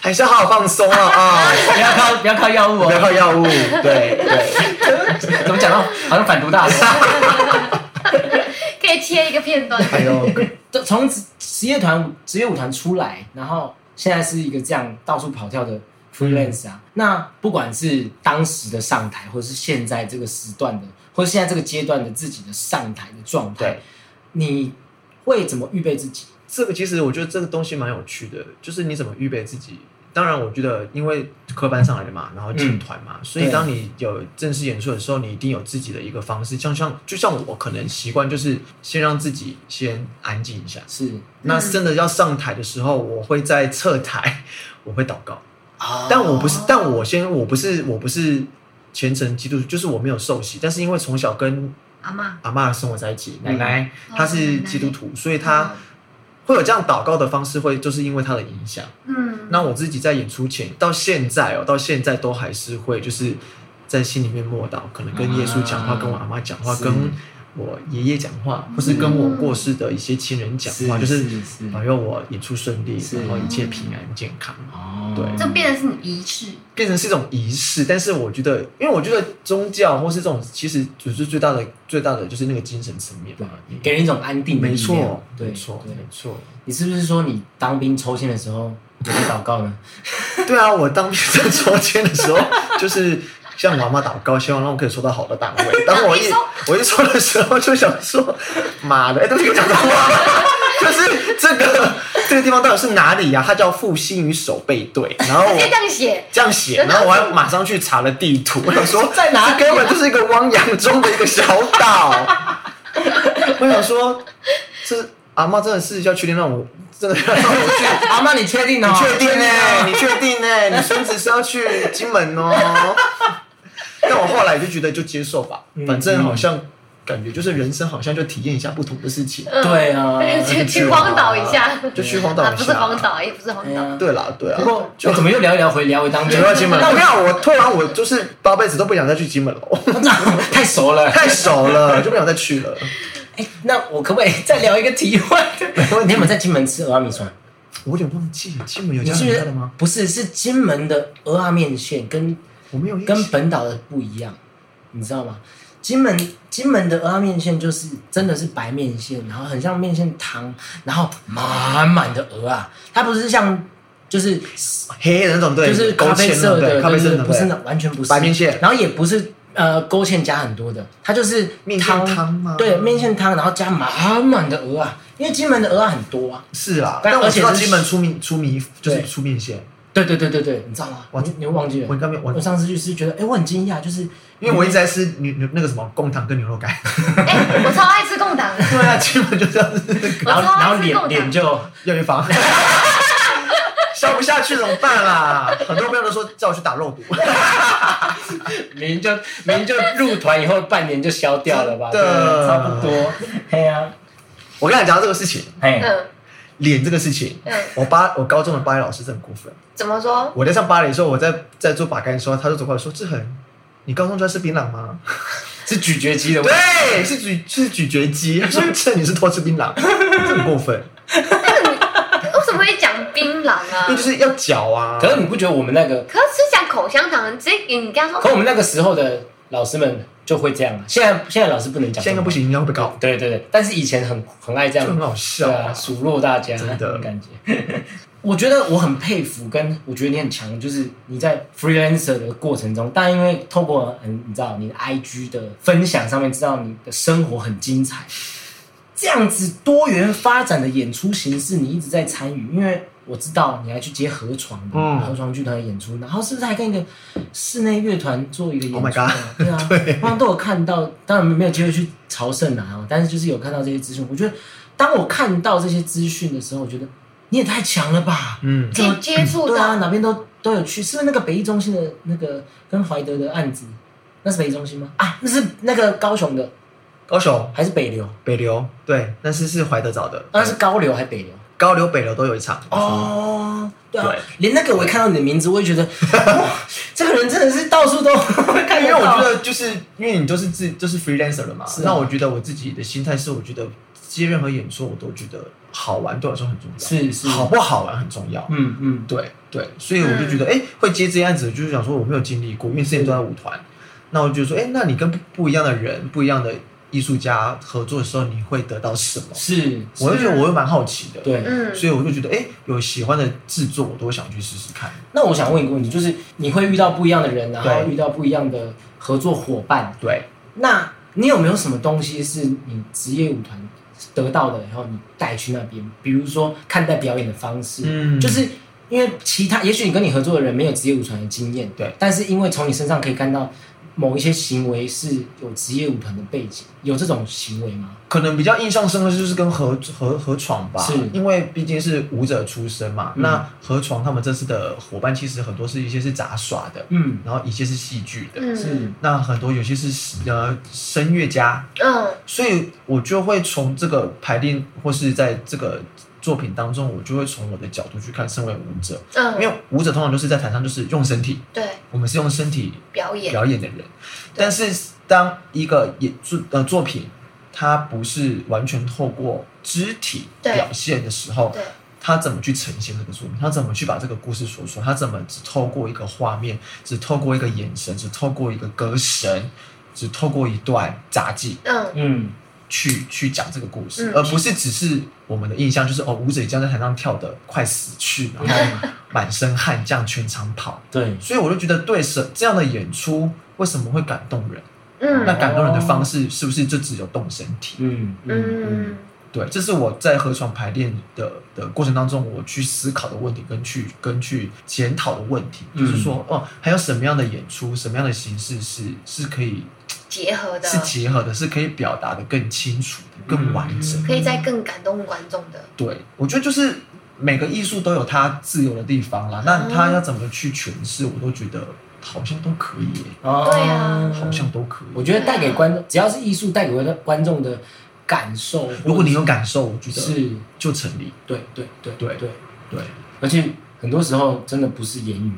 [SPEAKER 4] 还是要好好放松 啊啊，
[SPEAKER 2] 不要靠不要靠药物
[SPEAKER 4] 不要
[SPEAKER 2] 哦。
[SPEAKER 4] 靠药物，对对，
[SPEAKER 2] 怎么讲到好像反毒大师？
[SPEAKER 3] 切一个片段。
[SPEAKER 4] 还有
[SPEAKER 2] 都哎从职职业团职业舞团出来，然后现在是一个这样到处跑跳的 freelance
[SPEAKER 4] 嗯
[SPEAKER 2] 啊。那不管是当时的上台，或是现在这个时段的，或是现在这个阶段的自己的上台的状态
[SPEAKER 4] 对，
[SPEAKER 2] 你会怎么预备自己？
[SPEAKER 4] 这个其实我觉得这个东西蛮有趣的，就是你怎么预备自己。当然，我觉得因为科班上来的嘛，然后进团
[SPEAKER 3] 嗯
[SPEAKER 4] 嘛，所以当你有正式演出的时候，你一定有自己的一个方式。像像就像我可能习惯就是先让自己先安静一下。
[SPEAKER 3] 嗯
[SPEAKER 2] 是
[SPEAKER 4] 那真的要上台的时候，我会在侧台， 我会祷告。
[SPEAKER 2] 啊
[SPEAKER 4] 但我不
[SPEAKER 3] 哦
[SPEAKER 4] 是，但我先我不是我不是虔诚基督徒，就是我没有受洗，但是因为从小跟
[SPEAKER 3] 阿妈，
[SPEAKER 4] 阿妈生活在一起，奶
[SPEAKER 2] 嗯
[SPEAKER 4] 奶
[SPEAKER 3] 哦
[SPEAKER 4] 她是
[SPEAKER 3] 奶奶
[SPEAKER 4] 基督徒，所以她会有这样祷告的方式，会就是因为她的影响。
[SPEAKER 3] 嗯，
[SPEAKER 4] 那我自己在演出前到现在哦，到现在都还是会就是在心里面默祷，可能跟耶稣讲话，
[SPEAKER 2] 啊
[SPEAKER 4] 跟我阿妈讲话，
[SPEAKER 2] 是
[SPEAKER 4] 跟我爷爷讲话，或是跟我过世的一些亲人讲话，就是
[SPEAKER 2] 是是
[SPEAKER 4] 保佑我演出顺利，
[SPEAKER 2] 是
[SPEAKER 4] 然后一切平安健康。
[SPEAKER 2] 哦
[SPEAKER 4] 对
[SPEAKER 3] 这变得是你仪式，
[SPEAKER 4] 变成是一种仪式，但是我觉得，因为我觉得宗教或是这种，其实只是最大的最大的就是那个精神层面
[SPEAKER 2] 对
[SPEAKER 4] 吧。
[SPEAKER 2] 给人一种安定的
[SPEAKER 4] 没
[SPEAKER 2] 力量
[SPEAKER 4] 错，
[SPEAKER 2] 对，
[SPEAKER 4] 没错，
[SPEAKER 2] 对
[SPEAKER 4] 没错。
[SPEAKER 2] 你是不是说你当兵抽签的时候也会祷 告呢？
[SPEAKER 4] 对啊，我当兵在抽签的时候，就是向我妈祷告，希望让我可以抽到好的单位。当我一
[SPEAKER 3] 你说
[SPEAKER 4] 我一抽的时候，就想说，妈的，哎、对不起，我讲错话。 就是这个这个地方到底是哪里呀、它叫复兴与守备队。然后
[SPEAKER 3] 直
[SPEAKER 4] 我
[SPEAKER 3] 接这样写，
[SPEAKER 4] 这样写，然后我还马上去查了地图，我想说
[SPEAKER 2] 在哪里啊
[SPEAKER 4] 这根本就是一个汪洋中的一个小岛。 我想说，这阿妈真的是要确定让我，真的要让我去。
[SPEAKER 2] 阿妈，你确定哦？
[SPEAKER 4] 你确定呢、
[SPEAKER 2] 哦
[SPEAKER 4] 你确定呢、你孙子是要去金门 哦。但我后来就觉得就接受吧，
[SPEAKER 2] 嗯
[SPEAKER 4] 反正好像感觉就是人生好像就体验一下不同的事情，
[SPEAKER 3] 嗯
[SPEAKER 2] 对啊，
[SPEAKER 3] 去去荒岛一下，
[SPEAKER 4] 就去荒岛一下。
[SPEAKER 3] 啊，不是荒岛，也不是
[SPEAKER 2] 哎
[SPEAKER 3] 荒岛，
[SPEAKER 2] 呀，
[SPEAKER 4] 对啦，对啊
[SPEAKER 2] 不。过 就哎怎么又聊一聊回聊回当
[SPEAKER 4] 你
[SPEAKER 2] 兵？
[SPEAKER 4] 要金门？我跟你讲，我突然我就是八辈子都不想再去金门了，我
[SPEAKER 2] 太熟了。
[SPEAKER 4] 太熟了，就不想再去了。
[SPEAKER 2] 哎，那我可不可 以再聊一个题外的？
[SPEAKER 4] 问题
[SPEAKER 2] 你有没有在金门吃鹅阿米酸？
[SPEAKER 4] 我有点忘记金门有
[SPEAKER 2] 你
[SPEAKER 4] 这样
[SPEAKER 2] 是不
[SPEAKER 4] 厉害
[SPEAKER 2] 是
[SPEAKER 4] 的吗？？
[SPEAKER 2] 不是，是金门的鹅阿面线跟
[SPEAKER 4] 我没有印象
[SPEAKER 2] 跟本岛的不一样，你知道吗？金门金门的鹅阿面线就是真的是白面线，然后很像面线汤，然后满满的鹅啊，它不是像就是
[SPEAKER 4] 黑的那种，对，
[SPEAKER 2] 就是
[SPEAKER 4] 勾
[SPEAKER 2] 咖啡
[SPEAKER 4] 芡
[SPEAKER 2] 色
[SPEAKER 4] 那种
[SPEAKER 2] 的，
[SPEAKER 4] 对，咖啡色
[SPEAKER 2] 对
[SPEAKER 4] 的
[SPEAKER 2] 不是
[SPEAKER 4] 对
[SPEAKER 2] 那完全不是
[SPEAKER 4] 白面线
[SPEAKER 2] 然后也不是呃勾芡加很多的，它就是
[SPEAKER 4] 面线
[SPEAKER 2] 汤
[SPEAKER 4] 汤吗
[SPEAKER 2] 对，面线汤，然后加满满的鹅啊，因为金门的鹅啊很多啊。
[SPEAKER 4] 是啦。
[SPEAKER 2] 但
[SPEAKER 4] 但我
[SPEAKER 2] 而且
[SPEAKER 4] 知道
[SPEAKER 2] 是
[SPEAKER 4] 金门出米出米就是
[SPEAKER 2] 对
[SPEAKER 4] 出面线，
[SPEAKER 2] 对对对对对，你知道吗？
[SPEAKER 4] 我
[SPEAKER 2] 你你会忘记了？
[SPEAKER 4] 我应该没有我
[SPEAKER 2] 我上次就是觉得，哎，我很惊讶，就是
[SPEAKER 4] 因为我一直在吃牛牛那个什么贡糖跟牛 肉干。
[SPEAKER 3] 哎，我超爱吃贡糖的，
[SPEAKER 4] 对啊，基本就这样子，
[SPEAKER 3] 我
[SPEAKER 2] 然后
[SPEAKER 3] 超
[SPEAKER 2] 然
[SPEAKER 3] 爱
[SPEAKER 2] 后
[SPEAKER 3] 吃
[SPEAKER 2] 脸
[SPEAKER 3] 贡
[SPEAKER 2] 脸
[SPEAKER 3] 糖。
[SPEAKER 2] 就
[SPEAKER 4] 要 预防。笑不下去怎么办啦？很多朋友都说叫我去打肉毒，
[SPEAKER 2] 明明就明明就入团以后半年就消掉了吧？
[SPEAKER 4] 真的
[SPEAKER 2] 对差不多。嘿呀，
[SPEAKER 4] 我跟你讲到这个事情，
[SPEAKER 2] 哎，
[SPEAKER 3] 嗯
[SPEAKER 4] 脸这个事情，
[SPEAKER 3] 嗯，
[SPEAKER 4] 我八我高中的芭蕾老师真的很过分。
[SPEAKER 3] 怎么说？
[SPEAKER 4] 我在上芭蕾的时候，我在在做把杆的时候，他就走过来说：“志恒，你高中就在吃槟榔吗？”
[SPEAKER 2] 是咀嚼肌的问题。
[SPEAKER 4] 对，啊是咀是咀嚼肌，他说这你是偷吃槟榔，这很过分，
[SPEAKER 3] 为什么会讲槟榔啊
[SPEAKER 4] 因为？ 就是要嚼啊。
[SPEAKER 2] 可是你不觉得我们那个，
[SPEAKER 3] 可是吃讲口香糖，直接给你刚
[SPEAKER 2] 可
[SPEAKER 3] 说，
[SPEAKER 2] 我们那个时候的老师们就会这样啊。现在现在老师不能讲，
[SPEAKER 4] 现在应该不。行，应该会被告，
[SPEAKER 2] 对对对，但是以前很很爱这
[SPEAKER 4] 就
[SPEAKER 2] 样
[SPEAKER 4] 很好
[SPEAKER 2] 对
[SPEAKER 4] 笑
[SPEAKER 2] 啊，
[SPEAKER 4] 啊。
[SPEAKER 2] 数落大家，
[SPEAKER 4] 真的
[SPEAKER 2] 感觉。 我觉得我很佩服，跟我觉得你很强，就是你在 freelancer 的过程中，但因为透过嗯，你知道你的 IG 的分享上面，知道你的生活很精彩，这样子多元发展的演出形式，你一直在参与，因为我知道你还去接河床的、
[SPEAKER 4] 嗯
[SPEAKER 2] 河床剧团的演出，然后是不是还跟一个室内乐团做一个演出
[SPEAKER 4] Oh my god，
[SPEAKER 2] 对 啊，好像都有看到，当然没有机会去朝圣啊，但是就是有看到这些资讯。我觉得当我看到这些资讯的时候，我觉得你也太强了吧，
[SPEAKER 4] 嗯，
[SPEAKER 3] 自己接触
[SPEAKER 2] 对啊，
[SPEAKER 3] 到
[SPEAKER 2] 哪边都都有去，是不是那个北艺中心的那个跟怀德的案子？那是北艺中心吗？啊，那是那个高雄的
[SPEAKER 4] 高雄
[SPEAKER 2] 还是北流？啊
[SPEAKER 4] 北流对，但是是怀德找的，
[SPEAKER 2] 那是高流还是北流？
[SPEAKER 4] 高流北流都有一场。
[SPEAKER 2] 哦，对啊
[SPEAKER 4] 对，
[SPEAKER 2] 连那个我一看到你的名字，我也觉得， 哇，这个人真的是到处都 看
[SPEAKER 4] 因
[SPEAKER 2] 得
[SPEAKER 4] 为我
[SPEAKER 2] 到
[SPEAKER 4] 觉得就是因为你都是自就是 freelancer 了嘛，
[SPEAKER 2] 是啊
[SPEAKER 4] 那我觉得我自己的心态是，我觉得接任何演出我都觉得好玩对我来说很重要，
[SPEAKER 2] 是是
[SPEAKER 4] 好不好玩很重要。
[SPEAKER 2] 嗯嗯，
[SPEAKER 4] 对对，所以我就觉得，哎、会接这些案子，就是
[SPEAKER 2] 嗯
[SPEAKER 4] 想说我没有经历过，因为之前都在舞团，那我就觉得说，哎、那你跟不不一样的人、不一样的艺术家合作的时候，你会得到什么？
[SPEAKER 2] 是，啊
[SPEAKER 4] 我就觉得我又蛮好奇的，，
[SPEAKER 2] 对。
[SPEAKER 3] 嗯，
[SPEAKER 4] 所以我就觉得，哎，有喜欢的制作，我都想去试试看。
[SPEAKER 2] 那我想问一个问题，就是你会遇到不一样的人，然后
[SPEAKER 4] 对
[SPEAKER 2] 遇到不一样的合作伙伴，
[SPEAKER 4] 对，
[SPEAKER 2] 那你有没有什么东西是你职业舞团得到的，然后你带去那边？比如说看待表演的方式，
[SPEAKER 4] 嗯
[SPEAKER 2] 就是因为其他，也许你跟你合作的人没有职业舞团的经验，
[SPEAKER 4] 对
[SPEAKER 2] 但是因为从你身上可以看到某一些行为是有职业舞团的背景，有这种行为吗？
[SPEAKER 4] 可能比较印象深刻就是跟何何何闯吧，
[SPEAKER 2] 是
[SPEAKER 4] 因为毕竟是舞者出身嘛。
[SPEAKER 2] 嗯
[SPEAKER 4] 那何闯他们这次的伙伴其实很多是一些是杂耍的，
[SPEAKER 2] 嗯，
[SPEAKER 4] 然后一些是戏剧的，
[SPEAKER 3] 嗯
[SPEAKER 2] 是，
[SPEAKER 4] 那很多有些是呃声乐家，
[SPEAKER 3] 嗯
[SPEAKER 4] 所以我就会从这个排练或是在这个作品当中，我就会从我的角度去看身为舞者，因
[SPEAKER 3] 嗯，
[SPEAKER 4] 为舞者通常就是在台上就是用身体，
[SPEAKER 3] 对，
[SPEAKER 4] 我们是用身体
[SPEAKER 3] 表演，
[SPEAKER 4] 表演的人。但是当一个演作呃作品，它不是完全透过肢体
[SPEAKER 3] 对
[SPEAKER 4] 表现的时候
[SPEAKER 3] 对，
[SPEAKER 4] 它怎么去呈现这个作品？它怎么去把这个故事说出来？它怎么只透过一个画面，只透过一个眼神，只透过一个歌声，只透过一段杂技
[SPEAKER 3] 嗯
[SPEAKER 2] 嗯，
[SPEAKER 4] 去去讲这个故事，
[SPEAKER 3] 嗯
[SPEAKER 4] 而不是只是我们的印象就是哦，舞者这样在台上跳的快死去，然
[SPEAKER 3] 嗯
[SPEAKER 4] 后满身汗这样全场跑。
[SPEAKER 2] 对，
[SPEAKER 4] 所以我就觉得对什这样的演出为什么会感动人？那
[SPEAKER 3] 嗯
[SPEAKER 4] 感动人的方式是不是就只有动身体？
[SPEAKER 2] 嗯
[SPEAKER 3] 嗯，
[SPEAKER 4] 对，这是我在河床排练的的过程当中，我去思考的问题跟去跟去检讨的问题，
[SPEAKER 2] 嗯
[SPEAKER 4] 就是说哦，还有什么样的演出，什么样的形式是是可以
[SPEAKER 3] 结合的
[SPEAKER 4] 是，结合的，是可以表达的更清楚
[SPEAKER 2] 嗯
[SPEAKER 4] 的、更完整。
[SPEAKER 3] 可以再更感动观众的，
[SPEAKER 4] 对，我觉得就是每个艺术都有它自由的地方啦，那它要怎么去诠释，我都觉得好像都可以耶、
[SPEAKER 2] 哦
[SPEAKER 3] 对啊
[SPEAKER 4] 好像都可以。
[SPEAKER 2] 我觉得带给观
[SPEAKER 4] 嗯
[SPEAKER 2] 众，只要是艺术带给观众观众的感受，
[SPEAKER 4] 如果你有感受，我觉得
[SPEAKER 2] 是，
[SPEAKER 4] 就成立。
[SPEAKER 2] 对对对
[SPEAKER 4] 对
[SPEAKER 2] 对，
[SPEAKER 4] 对，
[SPEAKER 2] 而且很多时候真的不是言语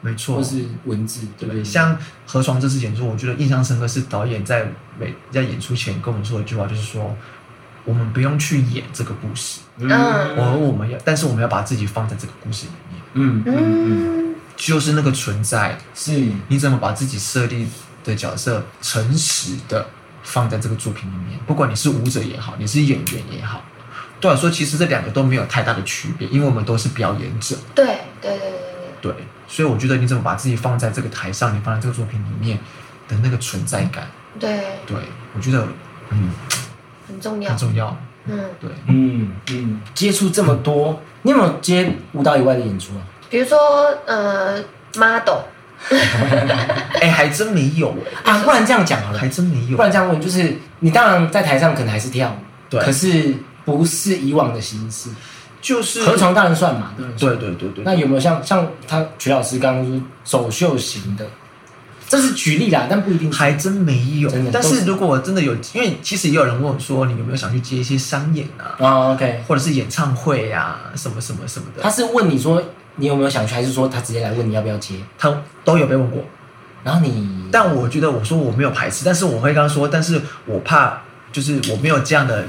[SPEAKER 4] 没错
[SPEAKER 2] 或。是文字，对不对？
[SPEAKER 4] 对，像河床这次演出，我觉得印象深刻是导演在每在演出前跟我们说的一句话，就是说我们不用去演这个故事，
[SPEAKER 3] 嗯
[SPEAKER 4] 而我们要，但是我们要把自己放在这个故事里面，
[SPEAKER 2] 嗯嗯嗯，
[SPEAKER 3] 嗯
[SPEAKER 4] 就是那个存在，
[SPEAKER 2] 是
[SPEAKER 4] 你怎么把自己设立的角色诚实的放在这个作品里面？不管你是舞者也好，你是演员也好，对我来说，其实这两个都没有太大的区别，因为我们都是表演者。
[SPEAKER 3] 对对对对对
[SPEAKER 4] 对，所以我觉得你怎么把自己放在这个台上，你放在这个作品里面的那个存在感，
[SPEAKER 3] 对对，
[SPEAKER 4] 对我觉得嗯
[SPEAKER 3] 很重要
[SPEAKER 4] 很，重要。
[SPEAKER 3] 嗯，
[SPEAKER 4] 对，
[SPEAKER 2] 嗯嗯，接触这么多，你有没有接舞蹈以外的演出啊？
[SPEAKER 3] 比如说呃，model，
[SPEAKER 4] 哎，还真没有哎、
[SPEAKER 2] 啊，不然这样讲好了
[SPEAKER 4] 还，真没有
[SPEAKER 2] 不。然这样问，就是你当然在台上可能还是跳舞，
[SPEAKER 4] 对
[SPEAKER 2] 可是不是以往的形式，
[SPEAKER 4] 就是
[SPEAKER 2] 河床当然算嘛，对不对？
[SPEAKER 4] 对对对对，
[SPEAKER 2] 那有没有像像他曲老师刚刚说走秀型的？这是举例啦，但不一定是
[SPEAKER 4] 还真没有
[SPEAKER 2] 真的。
[SPEAKER 4] 但
[SPEAKER 2] 都是
[SPEAKER 4] 是如果我真的有，因为其实也有人问我说，你有没有想去接一些商演啊，
[SPEAKER 2] 哦，OK，
[SPEAKER 4] 或者是演唱会啊，什么什么什么
[SPEAKER 2] 他
[SPEAKER 4] 的，
[SPEAKER 2] 是问你说你有没有想去，还是说他直接来问你要不要接？
[SPEAKER 4] 他都有被问过。
[SPEAKER 2] 然后你，
[SPEAKER 4] 但我觉得我说我没有排斥，但是我会跟他说，但是我怕就是我没有这样的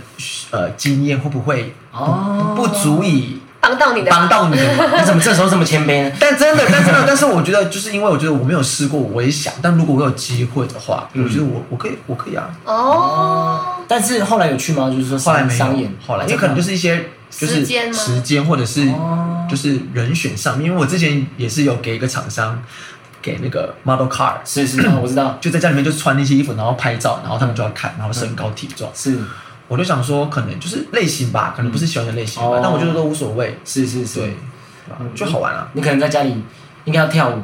[SPEAKER 4] 呃经验，会不会不、
[SPEAKER 2] 哦
[SPEAKER 4] 不足以
[SPEAKER 3] 帮到你的，
[SPEAKER 4] 帮到 你的忙？
[SPEAKER 2] 你怎么这时候这么谦卑呢？
[SPEAKER 4] 但真的，但真的，但是我觉得就是因为我觉得我没有试过，我也想，但如果我有机会的话，
[SPEAKER 2] 嗯
[SPEAKER 4] 我觉得我我可以我可以啊。
[SPEAKER 3] 哦，
[SPEAKER 2] 但是后来有去吗？就是说
[SPEAKER 4] 后来
[SPEAKER 2] 商
[SPEAKER 4] 没
[SPEAKER 2] 商
[SPEAKER 4] 有
[SPEAKER 2] 演，，啊
[SPEAKER 4] 后来也可能就是一些就是
[SPEAKER 3] 时间吗
[SPEAKER 4] 时间或者是
[SPEAKER 2] 哦
[SPEAKER 4] 就是人选上面，因为我之前也是有给一个厂商给那个 model car，
[SPEAKER 2] 是是，哦我知道，
[SPEAKER 4] 就在家里面就穿那些衣服，然后拍照，然后他们就要看，然后身高体重，
[SPEAKER 2] 是
[SPEAKER 4] 我就想说可能就是类型吧，可能不是喜欢的类型吧，
[SPEAKER 2] 哦
[SPEAKER 4] 但我觉得都无所谓，
[SPEAKER 2] 是是是，
[SPEAKER 4] 对，就好玩啊。
[SPEAKER 2] 你可能在家里应该要跳 舞，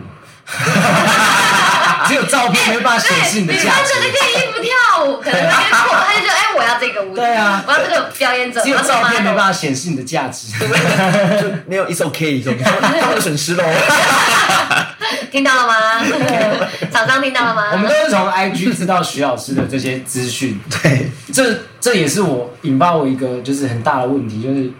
[SPEAKER 2] 只有照片没办法显示你的
[SPEAKER 3] 女
[SPEAKER 2] 价
[SPEAKER 3] 生哎穿这
[SPEAKER 2] 值，啊
[SPEAKER 3] 件衣服 跳舞，可能会被迫，他就觉得哎，我要这个舞，
[SPEAKER 2] 对啊
[SPEAKER 3] 我要这个表演者，
[SPEAKER 2] 只有
[SPEAKER 3] 我要这个
[SPEAKER 2] 照片没
[SPEAKER 3] model
[SPEAKER 2] 办法显示你的价值。
[SPEAKER 4] 就 没有 it's okay，it's okay，他们损失喽。
[SPEAKER 3] 听到了 吗？厂商听到了
[SPEAKER 2] 我们
[SPEAKER 3] 吗？
[SPEAKER 2] 都是从 IG 知道徐老师的这些资讯，
[SPEAKER 4] 对，
[SPEAKER 2] 这这也是我引发我一个就是很大的问题，就是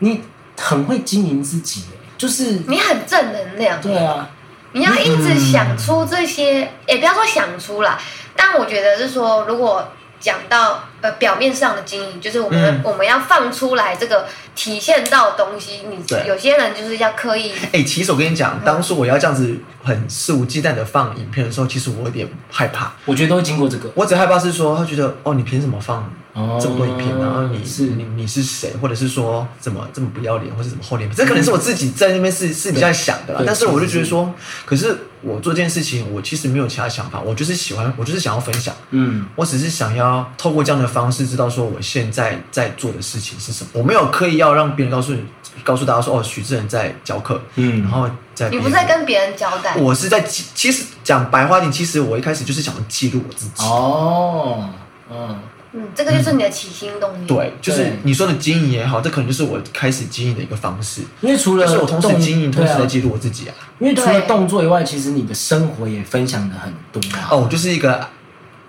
[SPEAKER 2] 你很会经营自己，就是
[SPEAKER 3] 你很正能量，
[SPEAKER 2] 对啊，
[SPEAKER 3] 你要一直想出这些，也不要说想出啦，但我觉得是说，如果讲到呃表面上的经营，就是我们、
[SPEAKER 4] 嗯
[SPEAKER 3] 我们要放出来这个体现到的东西。你
[SPEAKER 4] 对
[SPEAKER 3] 有些人就是要刻意，
[SPEAKER 4] 哎、其实我跟你讲，当初我要这样子很肆无忌惮的放影片的时候，其实我有点害怕。
[SPEAKER 2] 我觉得都会经过这个。
[SPEAKER 4] 我只害怕是说，他觉得哦，你凭什么放
[SPEAKER 2] 哦
[SPEAKER 4] 这么多影片？然后你
[SPEAKER 2] 是
[SPEAKER 4] 你你是谁，或者是说怎么这么不要脸，或者怎么厚脸皮？这可能是我自己在那边私私底下想的啦
[SPEAKER 2] 嗯对。
[SPEAKER 4] 但
[SPEAKER 2] 是
[SPEAKER 4] 是我就是觉得
[SPEAKER 2] 是
[SPEAKER 4] 说，可是我做这件事情，我其实没有其他想法，我就是喜欢，我就是想要分享。
[SPEAKER 2] 嗯，
[SPEAKER 4] 我只是想要透过这样的方式，知道说我现在在做的事情是什么。我没有刻意要让别人告诉你，告诉大家说哦，许志仁在教课，
[SPEAKER 2] 嗯
[SPEAKER 4] 然后在
[SPEAKER 3] 你
[SPEAKER 4] 别
[SPEAKER 3] 不是
[SPEAKER 4] 人
[SPEAKER 3] 在跟别人交代。
[SPEAKER 4] 我是在记，其实讲白话点，其实我一开始就是想要记录我自己。
[SPEAKER 2] 哦，嗯，
[SPEAKER 3] 嗯，这个就是你的起心动念。
[SPEAKER 4] 对，就是
[SPEAKER 2] 对
[SPEAKER 4] 你说的经营也好，这可能就是我开始经营的一个方式。
[SPEAKER 2] 因为除了
[SPEAKER 4] 就是我同时
[SPEAKER 2] 动
[SPEAKER 4] 经营，同
[SPEAKER 2] 对
[SPEAKER 4] 时
[SPEAKER 2] 啊
[SPEAKER 4] 在记录我自己啊。
[SPEAKER 2] 因为除了
[SPEAKER 3] 对
[SPEAKER 2] 动作以外，其实你的生活也分享的很多啊。
[SPEAKER 4] 哦，我就是一个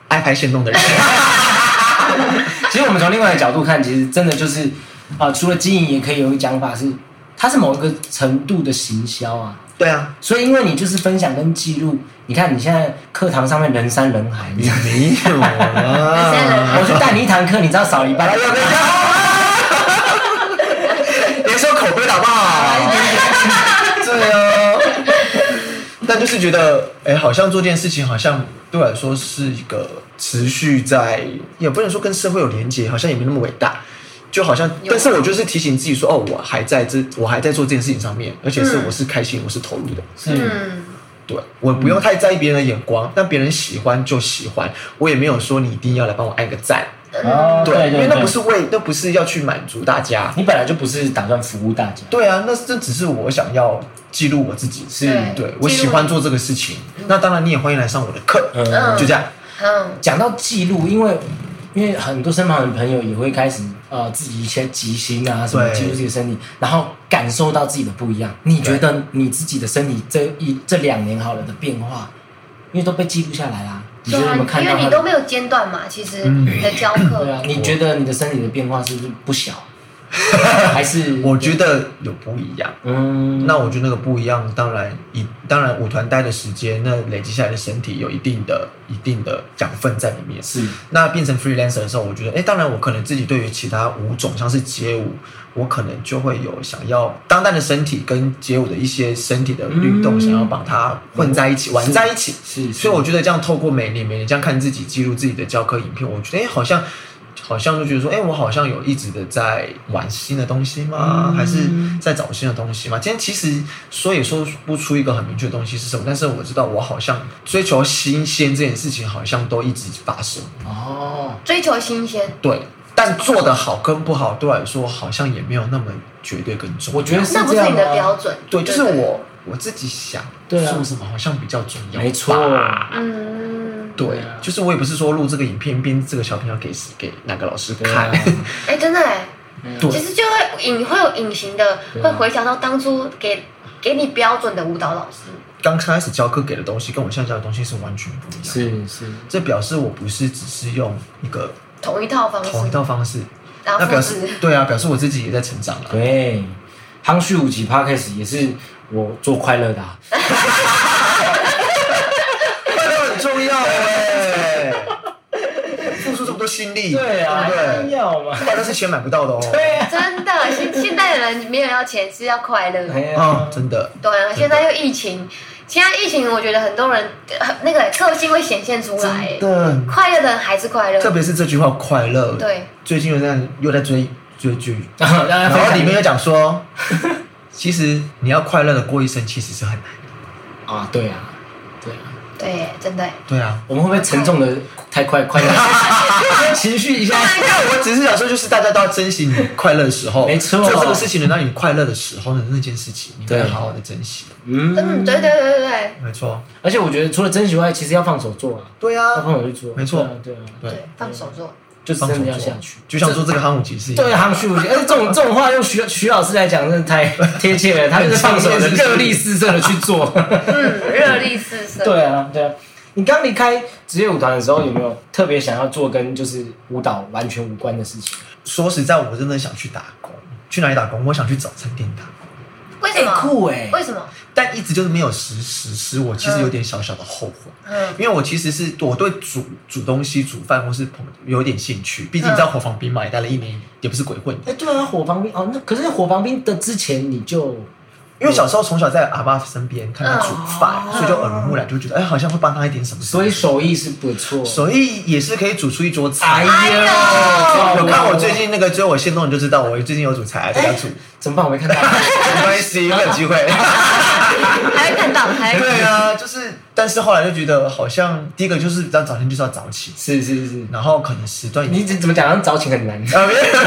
[SPEAKER 4] 爱拍行动的人。
[SPEAKER 2] 其实我们从另外一个角度看，其实真的就是啊、除了经营，也可以有一个讲法是，它是某一个程度的行销啊。
[SPEAKER 4] 对啊，
[SPEAKER 2] 所以，因为你就是分享跟记录，你看你现在课堂上面人山人海， 你知道吗
[SPEAKER 4] 没有
[SPEAKER 3] 现在人
[SPEAKER 4] 啊
[SPEAKER 2] 我。去带你一堂课，你知道少一半，
[SPEAKER 4] 哎呀，人家好啊别说口碑好不好？对哦。但就是觉得，哎，好像做这件事情，好像对我来说是一个持续在，也不能说跟社会有连接，好像也没那么伟大。就好像，但是我就是提醒自己说，哦，我还在这， 我还在做这件事情上面，而且是
[SPEAKER 3] 嗯
[SPEAKER 4] 我是开心，我是投入的。
[SPEAKER 2] 是
[SPEAKER 3] 嗯，
[SPEAKER 4] 对我不用太在意别人的眼光，但别人喜欢就喜欢，我也没有说你一定要来帮我按个赞，
[SPEAKER 2] 哦，对
[SPEAKER 4] 因为
[SPEAKER 2] 对
[SPEAKER 4] 那不
[SPEAKER 2] 对，
[SPEAKER 4] 是为，那不是要去满足大家。
[SPEAKER 2] 你本来就不是打算服务大家，
[SPEAKER 4] 对啊，那这只是我想要记录我自己，是
[SPEAKER 3] 对
[SPEAKER 4] 对我
[SPEAKER 3] 记录
[SPEAKER 4] 喜欢做这个事情。那当然，你也欢迎来上我的课，
[SPEAKER 2] 嗯
[SPEAKER 4] 就这样。
[SPEAKER 3] 嗯，
[SPEAKER 2] 讲到记录，因为因为很多身旁的朋友也会开始呃自己一些即兴啊什么
[SPEAKER 4] 对
[SPEAKER 2] 记录自己的身体，然后感受到自己的不一样。你觉得你自己的身体这一这两年好了的变化，因为都被记录下来啦、你觉
[SPEAKER 3] 对
[SPEAKER 2] 得
[SPEAKER 3] 啊
[SPEAKER 2] 有没有，看
[SPEAKER 3] 因
[SPEAKER 2] 到
[SPEAKER 3] 为
[SPEAKER 2] 它
[SPEAKER 3] 你
[SPEAKER 2] 的？
[SPEAKER 3] 都没有间断嘛，其实
[SPEAKER 4] 嗯
[SPEAKER 3] 你的教课，
[SPEAKER 2] 对啊，你觉得你的身体的变化是不是不 小？还是
[SPEAKER 4] 我觉得有不一样，
[SPEAKER 2] 嗯，
[SPEAKER 4] 那我觉得那个不一样，当然一当然舞团待的时间，那累积下来的身体有一定的一定的养分在里面。
[SPEAKER 2] 是
[SPEAKER 4] 那变成 freelancer 的时候，我觉得，哎、当然我可能自己对于其他舞种，像是街舞，我可能就会有想要当代的身体跟街舞的一些身体的律动，
[SPEAKER 2] 嗯
[SPEAKER 4] 想要把它混在一起、玩在一起。
[SPEAKER 2] 是，
[SPEAKER 4] 所以我觉得这样透过每年每年这样看自己记录自己的教课影片，我觉得哎、诶好像好像就觉得说，哎、我好像有一直的在玩新的东西吗？
[SPEAKER 2] 嗯
[SPEAKER 4] 还是在找新的东西吗？今天其实说也说不出一个很明确的东西是什么，但是我知道我好像追求新鲜这件事情好像都一直发生。
[SPEAKER 2] 哦，
[SPEAKER 3] 追求新鲜，
[SPEAKER 4] 对，但做的好跟不好对我来说好像也没有那么绝对跟重要。
[SPEAKER 2] 我觉得
[SPEAKER 3] 那不
[SPEAKER 2] 这
[SPEAKER 3] 是
[SPEAKER 2] 样
[SPEAKER 3] 你的
[SPEAKER 2] 啊
[SPEAKER 3] 标准。
[SPEAKER 4] 对，就是我我自己想
[SPEAKER 2] 对啊
[SPEAKER 4] 做什么好像比较重要。
[SPEAKER 2] 没错，
[SPEAKER 3] 嗯，
[SPEAKER 4] 对
[SPEAKER 2] 对啊，
[SPEAKER 4] 就是我也不是说录这个影片编这个小片要给谁给哪个老师
[SPEAKER 2] 对啊
[SPEAKER 4] 看，
[SPEAKER 3] 哎，真的哎，
[SPEAKER 2] 对
[SPEAKER 3] 其实就会隐会有隐形的，
[SPEAKER 2] 对啊
[SPEAKER 3] 会回想到当初给给你标准的舞蹈老师。
[SPEAKER 4] 刚开始教课给的东西跟我现在教的东西是完全不一样。，
[SPEAKER 2] 是是，
[SPEAKER 4] 这表示我不是只是用一个
[SPEAKER 3] 同一套方式，
[SPEAKER 4] 同一套方式，
[SPEAKER 3] 然后
[SPEAKER 4] 那
[SPEAKER 3] 复
[SPEAKER 4] 表
[SPEAKER 3] 制
[SPEAKER 4] 示。对啊，表示我自己也在成长啊了。
[SPEAKER 2] 对，夯序五级 podcast 也是我做快乐的、啊，
[SPEAKER 4] 快乐很重要哎，付出这么多心力，
[SPEAKER 2] 啊
[SPEAKER 4] 对啊不对？
[SPEAKER 2] 要嘛，
[SPEAKER 4] 快乐是钱买不到的哦。
[SPEAKER 2] 对啊，
[SPEAKER 3] 真的，现现代的人没有要钱，是要快乐。
[SPEAKER 2] 哎呀
[SPEAKER 4] 啊，真的。
[SPEAKER 3] 对啊，现在又疫情，现在疫情，我觉得很多人呃那个个性会显现出来
[SPEAKER 4] 真。的，
[SPEAKER 3] 快乐的人还是快乐，
[SPEAKER 4] 特别是这句话“快乐”，
[SPEAKER 3] 对，
[SPEAKER 4] 最近又在又在追追剧，
[SPEAKER 2] 然后大家
[SPEAKER 4] 然
[SPEAKER 2] 分
[SPEAKER 4] 后
[SPEAKER 2] 享
[SPEAKER 4] 里面又讲说，其实你要快乐的过一生，其实是很难的。
[SPEAKER 2] 啊，对啊，对啊，
[SPEAKER 3] 对，真的。
[SPEAKER 4] 对啊，
[SPEAKER 2] 我们会不会沉重的太快快 乐？情绪 一下，
[SPEAKER 3] 哎
[SPEAKER 4] 我只是想说，就是大家都要珍惜你快乐的时候，
[SPEAKER 2] 没错
[SPEAKER 4] 做这个事情能让你快乐的时候的那件事情，你
[SPEAKER 2] 对
[SPEAKER 4] 会好好的珍惜。
[SPEAKER 3] 嗯，
[SPEAKER 2] 嗯，
[SPEAKER 3] 对对对对对
[SPEAKER 4] 没错，
[SPEAKER 2] 而且我觉得除了珍惜外，其实要放手做啊，
[SPEAKER 4] 对
[SPEAKER 2] 要放
[SPEAKER 4] 啊，
[SPEAKER 2] 手去做，
[SPEAKER 4] 没错
[SPEAKER 2] 对啊对啊，
[SPEAKER 4] 对
[SPEAKER 3] 对，放手做。
[SPEAKER 2] 就是
[SPEAKER 4] 放手
[SPEAKER 2] 真的
[SPEAKER 4] 做
[SPEAKER 2] 要下去，
[SPEAKER 4] 就像做这个航母骑士一
[SPEAKER 2] 对啊
[SPEAKER 4] 样，
[SPEAKER 2] 航虚无而哎且这种这种话用徐徐老师来讲，真的太贴切了。他就是放手的，热力四射的去 做。
[SPEAKER 3] 嗯，热力四射。
[SPEAKER 2] 对啊，对啊。你刚离开职业舞团的时候，有没有特别想要做跟就是舞蹈完全无关的事情？
[SPEAKER 4] 说实在，我真的想去打工，去哪里打工？我想去早餐店打工。
[SPEAKER 3] 为什么？
[SPEAKER 4] 酷
[SPEAKER 2] 欸
[SPEAKER 4] 哎、
[SPEAKER 3] 为什么？
[SPEAKER 4] 但一直就是没有实实施，我其实有点小小的后悔。
[SPEAKER 3] 嗯，
[SPEAKER 4] 因为我其实是我对煮煮东西、煮饭或是朋有点兴趣，毕竟你知道火房兵嘛，也待了一年，也不是鬼混的。
[SPEAKER 2] 哎，对啊，火防兵哦，那可是火防兵的之前你就
[SPEAKER 4] 因为小时候从小在阿妈身边看她煮饭，
[SPEAKER 2] 嗯
[SPEAKER 4] 所以就耳濡目染，就觉得哎、好像会帮她一点什么。
[SPEAKER 2] 所以手艺是不错。
[SPEAKER 4] 手艺也是可以煮出一桌
[SPEAKER 2] 哎
[SPEAKER 4] 菜。
[SPEAKER 2] 呀，
[SPEAKER 4] 有看我最近那个追我线动，你就知道我最近有煮菜，在家煮，
[SPEAKER 2] 怎么办？我没看到。
[SPEAKER 4] 没关系，有机会。
[SPEAKER 3] 还会看到， 还会看
[SPEAKER 4] 对啊，就是，但是后来就觉得好像第一个就是要早天 就是要早起，
[SPEAKER 2] 是是是，
[SPEAKER 4] 然后可能时段
[SPEAKER 2] 你怎怎么讲？好像早起很 难。
[SPEAKER 4] 啊，没有，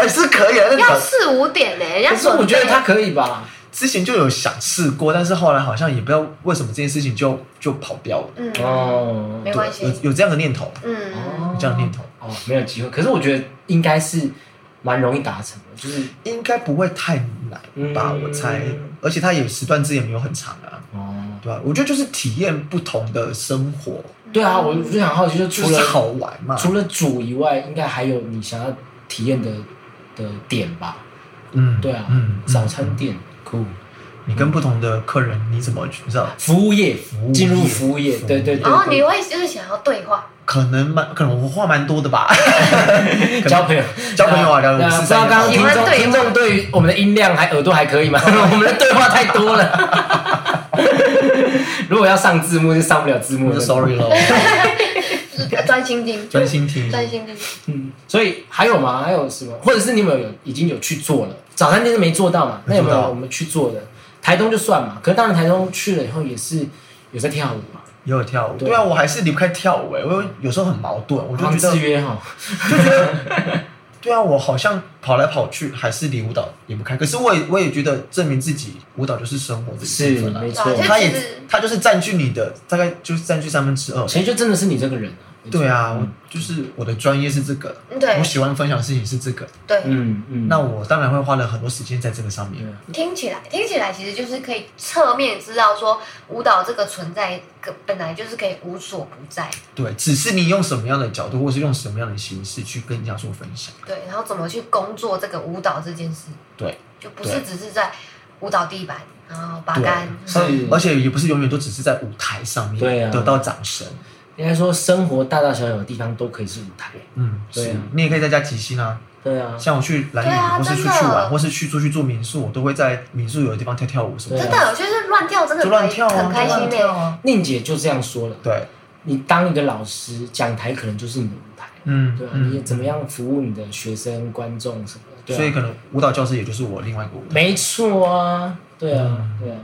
[SPEAKER 4] 还是可以啊。那
[SPEAKER 3] 要
[SPEAKER 4] 早
[SPEAKER 3] 四五点呢、人家
[SPEAKER 2] 可是
[SPEAKER 3] 准备
[SPEAKER 2] 我觉得他可以吧。
[SPEAKER 4] 之前就有想试过，但是后来好像也不知道为什么这件事情就就跑掉了。
[SPEAKER 3] 嗯，
[SPEAKER 2] 哦
[SPEAKER 3] 没关系
[SPEAKER 4] 有，有这样的念头，
[SPEAKER 3] 嗯，
[SPEAKER 4] 有这样的念头，
[SPEAKER 2] 哦，没有机会。可是我觉得应该是蛮容易达成的，就是
[SPEAKER 4] 应该不会太难吧？
[SPEAKER 2] 嗯
[SPEAKER 4] 我猜，而且它也时段制也没有很长啊，
[SPEAKER 2] 哦，
[SPEAKER 4] 对吧、我觉得就是体验不同的生活，
[SPEAKER 2] 对啊，我就想好奇，就
[SPEAKER 4] 就
[SPEAKER 2] 除
[SPEAKER 4] 是
[SPEAKER 2] 了
[SPEAKER 4] 好啊玩嘛。
[SPEAKER 2] 除了煮以外，应该还有你想要体验的的点吧？
[SPEAKER 4] 嗯，
[SPEAKER 2] 对啊，
[SPEAKER 4] 嗯，嗯
[SPEAKER 2] 早餐，店酷，
[SPEAKER 4] 你跟不同的客人，你怎么你知道？
[SPEAKER 2] 服务业
[SPEAKER 4] 务业
[SPEAKER 2] 进入服务业，
[SPEAKER 4] 服务
[SPEAKER 2] 对
[SPEAKER 4] 业
[SPEAKER 2] 对对
[SPEAKER 3] 然后你
[SPEAKER 2] 对，
[SPEAKER 3] 会就是想要对话，
[SPEAKER 4] 可能蛮，可能我话蛮多的 吧。
[SPEAKER 2] 交朋友
[SPEAKER 4] 交朋友啊
[SPEAKER 2] 对
[SPEAKER 4] 交朋友
[SPEAKER 2] 对
[SPEAKER 4] 是
[SPEAKER 2] 不知道
[SPEAKER 4] 三个
[SPEAKER 2] 刚刚听
[SPEAKER 3] 喜欢
[SPEAKER 2] 众
[SPEAKER 3] 对话
[SPEAKER 2] 听众对于我们的音量还耳朵还可 以吗？我们的对话太多了。 如果要上字幕，就上不了字幕
[SPEAKER 4] 我
[SPEAKER 2] 了。
[SPEAKER 4] 就 sorry 喽，
[SPEAKER 3] 专心听，
[SPEAKER 4] 专心听。
[SPEAKER 3] 专心听。
[SPEAKER 2] 嗯，所以还有吗？还有什么？或者是你们有已经有去做了？早餐店是没做到嘛？那有没
[SPEAKER 4] 没做
[SPEAKER 2] 有
[SPEAKER 4] 到
[SPEAKER 2] 我们去做的？台东就算嘛，可是当然台东去了以后也是有在跳舞哦嘛，
[SPEAKER 4] 也有跳舞，
[SPEAKER 2] 对
[SPEAKER 4] 对啊，我还是离不开跳舞、欸。我有有时候很矛盾，我就
[SPEAKER 2] 好像
[SPEAKER 4] 觉
[SPEAKER 2] 制
[SPEAKER 4] 得，
[SPEAKER 2] 约哈。
[SPEAKER 4] 对啊，我好像跑来跑去，还是离舞蹈离不开。可是我也我也觉得证明自己，舞蹈就是生活的一部分
[SPEAKER 2] 是没
[SPEAKER 4] 了。
[SPEAKER 2] 错
[SPEAKER 3] 对
[SPEAKER 4] 它
[SPEAKER 3] 就
[SPEAKER 4] 也
[SPEAKER 3] 其实
[SPEAKER 4] 它就是占据你的大概就是占据三分之二。
[SPEAKER 2] 其实就真的是你这个人啊。没错
[SPEAKER 4] 对啊，我就是我的专业是这个，
[SPEAKER 3] 对
[SPEAKER 4] 我喜欢分享的事情是这个，
[SPEAKER 3] 对，
[SPEAKER 2] 嗯嗯，
[SPEAKER 4] 那我当然会花了很多时间在这个上面
[SPEAKER 2] 对。啊
[SPEAKER 3] 听起来听起来其实就是可以侧面知道说舞蹈这个存在，可本来就是可以无所不在，
[SPEAKER 4] 对，只是你用什么样的角度，或是用什么样的形式去跟人家做分享。
[SPEAKER 3] 对，然后怎么去工作这个舞蹈这件事，
[SPEAKER 4] 对，
[SPEAKER 3] 就不是只是在舞蹈地板，然后拔杆，
[SPEAKER 2] 是
[SPEAKER 3] 嗯
[SPEAKER 4] 而且也不是永远都只是在舞台上面
[SPEAKER 2] 对啊
[SPEAKER 4] 得到掌声。
[SPEAKER 2] 应该说生活大大小小的地方都可以是舞台。
[SPEAKER 4] 嗯，
[SPEAKER 2] 对啊
[SPEAKER 4] 是你也可以在家即兴啊，
[SPEAKER 2] 对啊，
[SPEAKER 4] 像我去蓝屿、
[SPEAKER 3] 对啊
[SPEAKER 4] 或是出
[SPEAKER 3] 真的
[SPEAKER 4] 去玩，或是去出去住民宿，我都会在民宿有的地方跳跳舞什么
[SPEAKER 2] 对
[SPEAKER 4] 的，
[SPEAKER 3] 真的就是乱跳，真的
[SPEAKER 4] 啊就乱跳啊，
[SPEAKER 3] 很开
[SPEAKER 4] 就
[SPEAKER 3] 心
[SPEAKER 4] 乱跳
[SPEAKER 3] 的。
[SPEAKER 4] 啊。
[SPEAKER 2] 宁姐就这样说了，
[SPEAKER 4] 对，
[SPEAKER 2] 你当一个老师，讲台可能就是你的舞台。
[SPEAKER 4] 嗯，
[SPEAKER 2] 对啊，
[SPEAKER 4] 嗯
[SPEAKER 2] 你怎么？样服务你的学生、观众什么的。对啊
[SPEAKER 4] 所以可能舞蹈教室也就是我另外一个舞台。
[SPEAKER 2] 没错啊，对啊，对啊。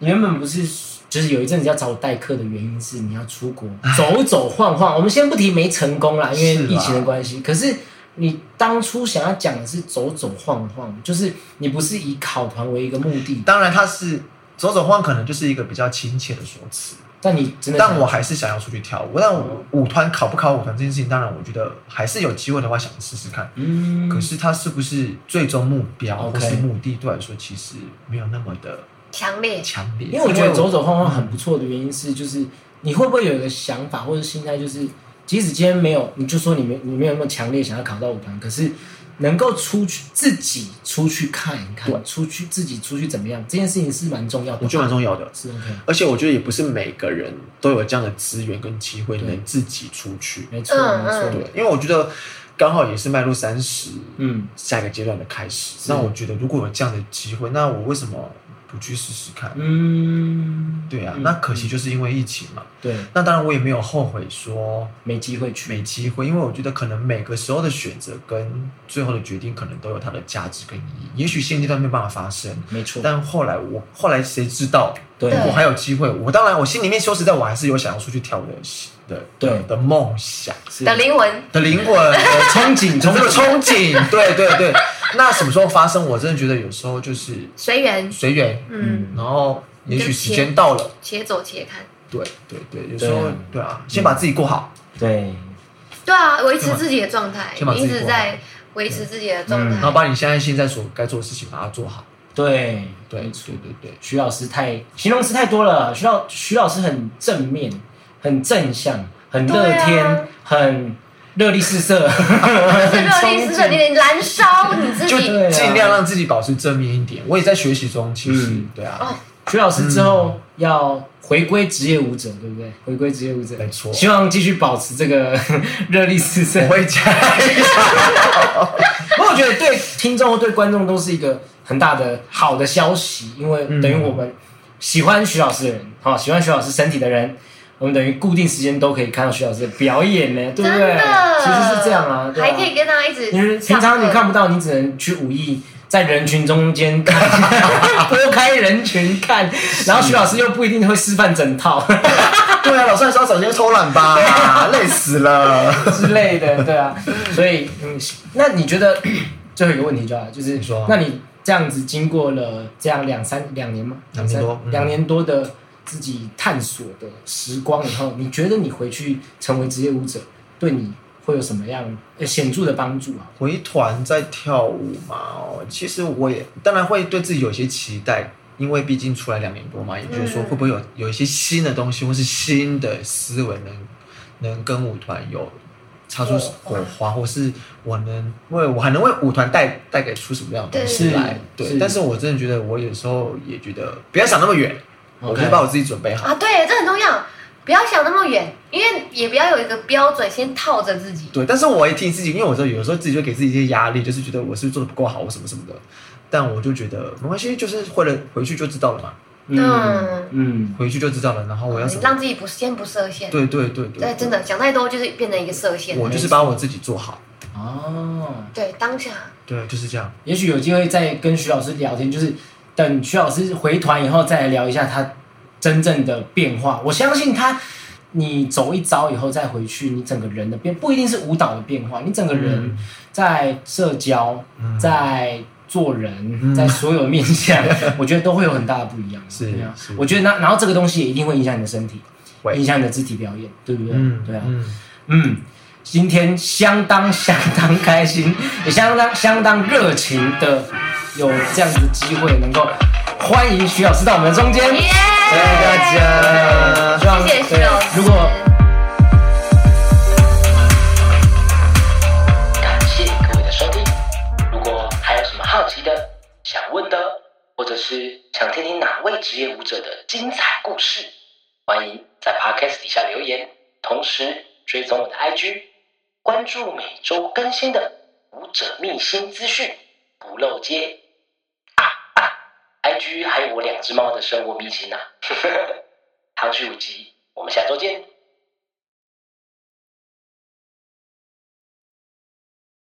[SPEAKER 2] 你原本不是就是有一阵子要找我代课的原因是你要出国走走晃晃。我们先不提没成功啦，因为
[SPEAKER 4] 是啦
[SPEAKER 2] 疫情的关系。可是啊你当初想要讲的是走走晃晃，就是你不是以考团为一个目的，
[SPEAKER 4] 当然，它是走走晃，可能就是一个比较亲切的说辞。
[SPEAKER 2] 但你真的想哦
[SPEAKER 4] 但我还是想要出去跳舞。但我舞团考不考舞团这件事情，当然我觉得还是有机会的话，想试试看。
[SPEAKER 2] 嗯，
[SPEAKER 4] 可是它是不是最终目标
[SPEAKER 2] OK
[SPEAKER 4] 或是目的，对我来说其实没有那么的
[SPEAKER 3] 欸强烈，
[SPEAKER 4] 强烈。
[SPEAKER 2] 因为我觉得走走晃晃很不错的原因是，就是你会不会有一个想法或者心态，就是即使今天没有，你就说你没你没有那么强烈想要考到舞团，可是能够出去自己出去看一看，出去自己出去怎么样，这件事情是蛮重要的吧。
[SPEAKER 4] 我觉得蛮重要的。
[SPEAKER 2] 是 OK，
[SPEAKER 4] 而且我觉得也不是每个人都有这样的资源跟机会能自己出去。
[SPEAKER 2] 没错
[SPEAKER 3] 嗯
[SPEAKER 2] 没
[SPEAKER 4] 对
[SPEAKER 2] 错，，
[SPEAKER 4] 因为我觉得刚好也是迈入三十，
[SPEAKER 2] 嗯，
[SPEAKER 4] 下一个阶段的开始。那我觉得如果有这样的机会，那我为什么不去试试看？
[SPEAKER 2] 嗯，
[SPEAKER 4] 对啊，
[SPEAKER 2] 嗯
[SPEAKER 4] 那可惜就是因为疫情嘛。
[SPEAKER 2] 对，
[SPEAKER 4] 那当然我也没有后悔说
[SPEAKER 2] 没机会去，
[SPEAKER 4] 没机会，因为我觉得可能每个时候的选择跟最后的决定，可能都有它的价值跟意义。也许现阶段没有办法发生，
[SPEAKER 2] 没错，
[SPEAKER 4] 但后来我后来谁知道？
[SPEAKER 2] 对
[SPEAKER 4] 我还有机会。我当然，我心里面羞耻，但我还是有想要出去跳的的
[SPEAKER 2] 对
[SPEAKER 4] 的的梦想
[SPEAKER 2] 是
[SPEAKER 3] 的灵魂
[SPEAKER 4] 的灵魂，的
[SPEAKER 2] 憧憬
[SPEAKER 4] 这
[SPEAKER 2] 憧
[SPEAKER 4] 个
[SPEAKER 2] 憬，
[SPEAKER 4] 憧憬。对对对，那什么时候发生？我真的觉得有时候就是
[SPEAKER 3] 随缘，
[SPEAKER 4] 随缘，
[SPEAKER 3] 嗯，
[SPEAKER 4] 然后也许时间到了，
[SPEAKER 3] 且走且看。
[SPEAKER 4] 对对对，有时候
[SPEAKER 2] 对啊
[SPEAKER 4] 对啊，先把自己过好。
[SPEAKER 2] 对，
[SPEAKER 3] 对啊，维持自己的状态，
[SPEAKER 4] 先把
[SPEAKER 3] 你
[SPEAKER 4] 自己
[SPEAKER 3] 一
[SPEAKER 4] 过好
[SPEAKER 3] 直在维持自己的
[SPEAKER 2] 嗯
[SPEAKER 3] 状
[SPEAKER 4] 然后
[SPEAKER 3] 态。
[SPEAKER 4] 把你现在现在所该做的事情把它做好。
[SPEAKER 2] 对
[SPEAKER 4] 对
[SPEAKER 2] 没
[SPEAKER 4] 对
[SPEAKER 2] 错
[SPEAKER 4] 对对，
[SPEAKER 2] 徐老师太形容词太多了，徐老徐老师很正面，很正向，很乐天，
[SPEAKER 3] 对啊
[SPEAKER 2] 很热力四射，
[SPEAKER 3] 就是热力四射，你得燃烧你自
[SPEAKER 4] 就
[SPEAKER 3] 己。
[SPEAKER 2] 对啊
[SPEAKER 4] 尽量让自己保持正面一点。我也在学习中，其实
[SPEAKER 2] 嗯
[SPEAKER 4] 对啊
[SPEAKER 3] 哦，
[SPEAKER 2] 徐老师之后要回归职业舞者，对不对？回归职业舞者，
[SPEAKER 4] 没错
[SPEAKER 2] 希望继续保持这个 热力四射
[SPEAKER 4] 我。会加油。
[SPEAKER 2] 不过我觉得对听众和对观众都是一个很大的好的消息，因为等于我们喜欢徐老师的人，好、喜欢徐老师身体的人，我们等于固定时间都可以看到徐老师的表演呢，对
[SPEAKER 3] 真
[SPEAKER 2] 不对
[SPEAKER 3] 的？，
[SPEAKER 2] 其实是这样啊，对吧
[SPEAKER 3] 还可以跟他一直
[SPEAKER 2] 因为平常你看不到，你只能去武艺，在人群中间看， 拨开人群看，然后徐老师又不一定会示范整套
[SPEAKER 4] 对啊，老师还是要找些偷懒
[SPEAKER 2] 啊
[SPEAKER 4] 吧，累死了。
[SPEAKER 2] 之类的，对啊。所以，嗯，那你觉得 最后一个问题就好了，就是
[SPEAKER 4] 你说啊
[SPEAKER 2] 那你这样子经过了这样两三两年吗？
[SPEAKER 4] 两年多
[SPEAKER 2] 三
[SPEAKER 4] 嗯
[SPEAKER 2] 两年多的自己探索的时光以后，你觉得你回去成为职业舞者，对你会有什么样呃显著的帮助啊？
[SPEAKER 4] 回团在跳舞嘛，哦，其实我也当然会对自己有些期待，因为毕竟出来两年多嘛，也就是说
[SPEAKER 3] 嗯
[SPEAKER 4] 会不会有有一些新的东西，或是新的思维能能跟舞团有擦出火花，或是我能为我还能为舞团带带给出什么样的东西
[SPEAKER 2] 对
[SPEAKER 4] 来？
[SPEAKER 2] 是
[SPEAKER 4] 对，
[SPEAKER 2] 是
[SPEAKER 4] 但是我真的觉得我有时候也觉得不要想那么远，我就
[SPEAKER 2] OK
[SPEAKER 4] 把我自己准备好。
[SPEAKER 3] 啊，对，这很重要，不要想那么远，因为也不要有一个标准先套着自己。
[SPEAKER 4] 对，但是我也听自己，因为我知道有时候自己就给自己一些压力，就是觉得我是不是做的不够好，我什么什么的。但我就觉得没关系，就是为了回去就知道了嘛，
[SPEAKER 3] 嗯
[SPEAKER 2] 嗯，
[SPEAKER 4] 回去就知道了。然后啊我要什么？
[SPEAKER 3] 啊让自己不先不设限，
[SPEAKER 4] 对对对对，
[SPEAKER 3] 对，真的想太多就是变成一个设限。
[SPEAKER 4] 我就是把我自己做好。
[SPEAKER 2] 哦。
[SPEAKER 3] 对当下，
[SPEAKER 4] 对，就是这样。
[SPEAKER 2] 也许有机会再跟徐老师聊天，就是等徐老师回团以后再来聊一下他真正的变化。我相信他，你走一遭以后再回去，你整个人的变不一定是舞蹈的变化，你整个人
[SPEAKER 4] 嗯
[SPEAKER 2] 在社交、在做人、在所有面向，我觉得都会有很大的不一样。
[SPEAKER 4] 嗯 是
[SPEAKER 2] 对啊
[SPEAKER 4] 是
[SPEAKER 2] 我觉得那然后这个东西也一定会影响你的身体，
[SPEAKER 4] 会
[SPEAKER 2] 影响你的肢体表演，对不对？
[SPEAKER 4] 嗯，
[SPEAKER 2] 对啊。
[SPEAKER 4] 嗯，
[SPEAKER 2] 嗯，今天相当相当开心，也相当相当热情的，有这样子的机会能够欢迎徐老师到我们中间。
[SPEAKER 3] 耶！
[SPEAKER 4] 谢谢大哎家。
[SPEAKER 2] 希望
[SPEAKER 3] 谢谢徐老
[SPEAKER 2] 对
[SPEAKER 3] 师。
[SPEAKER 2] 如果
[SPEAKER 5] 感谢各位的收听。如果还有什么好奇的、想问的，或者是想听听哪位职业舞者的精彩故事，欢迎在 Podcast 底下留言，同时追踪我的 IG，关注每周更新的舞者秘辛资讯，不漏接。啊啊！IG 还有我两只猫的生活秘辛呐、啊。航去五集，我们下周见。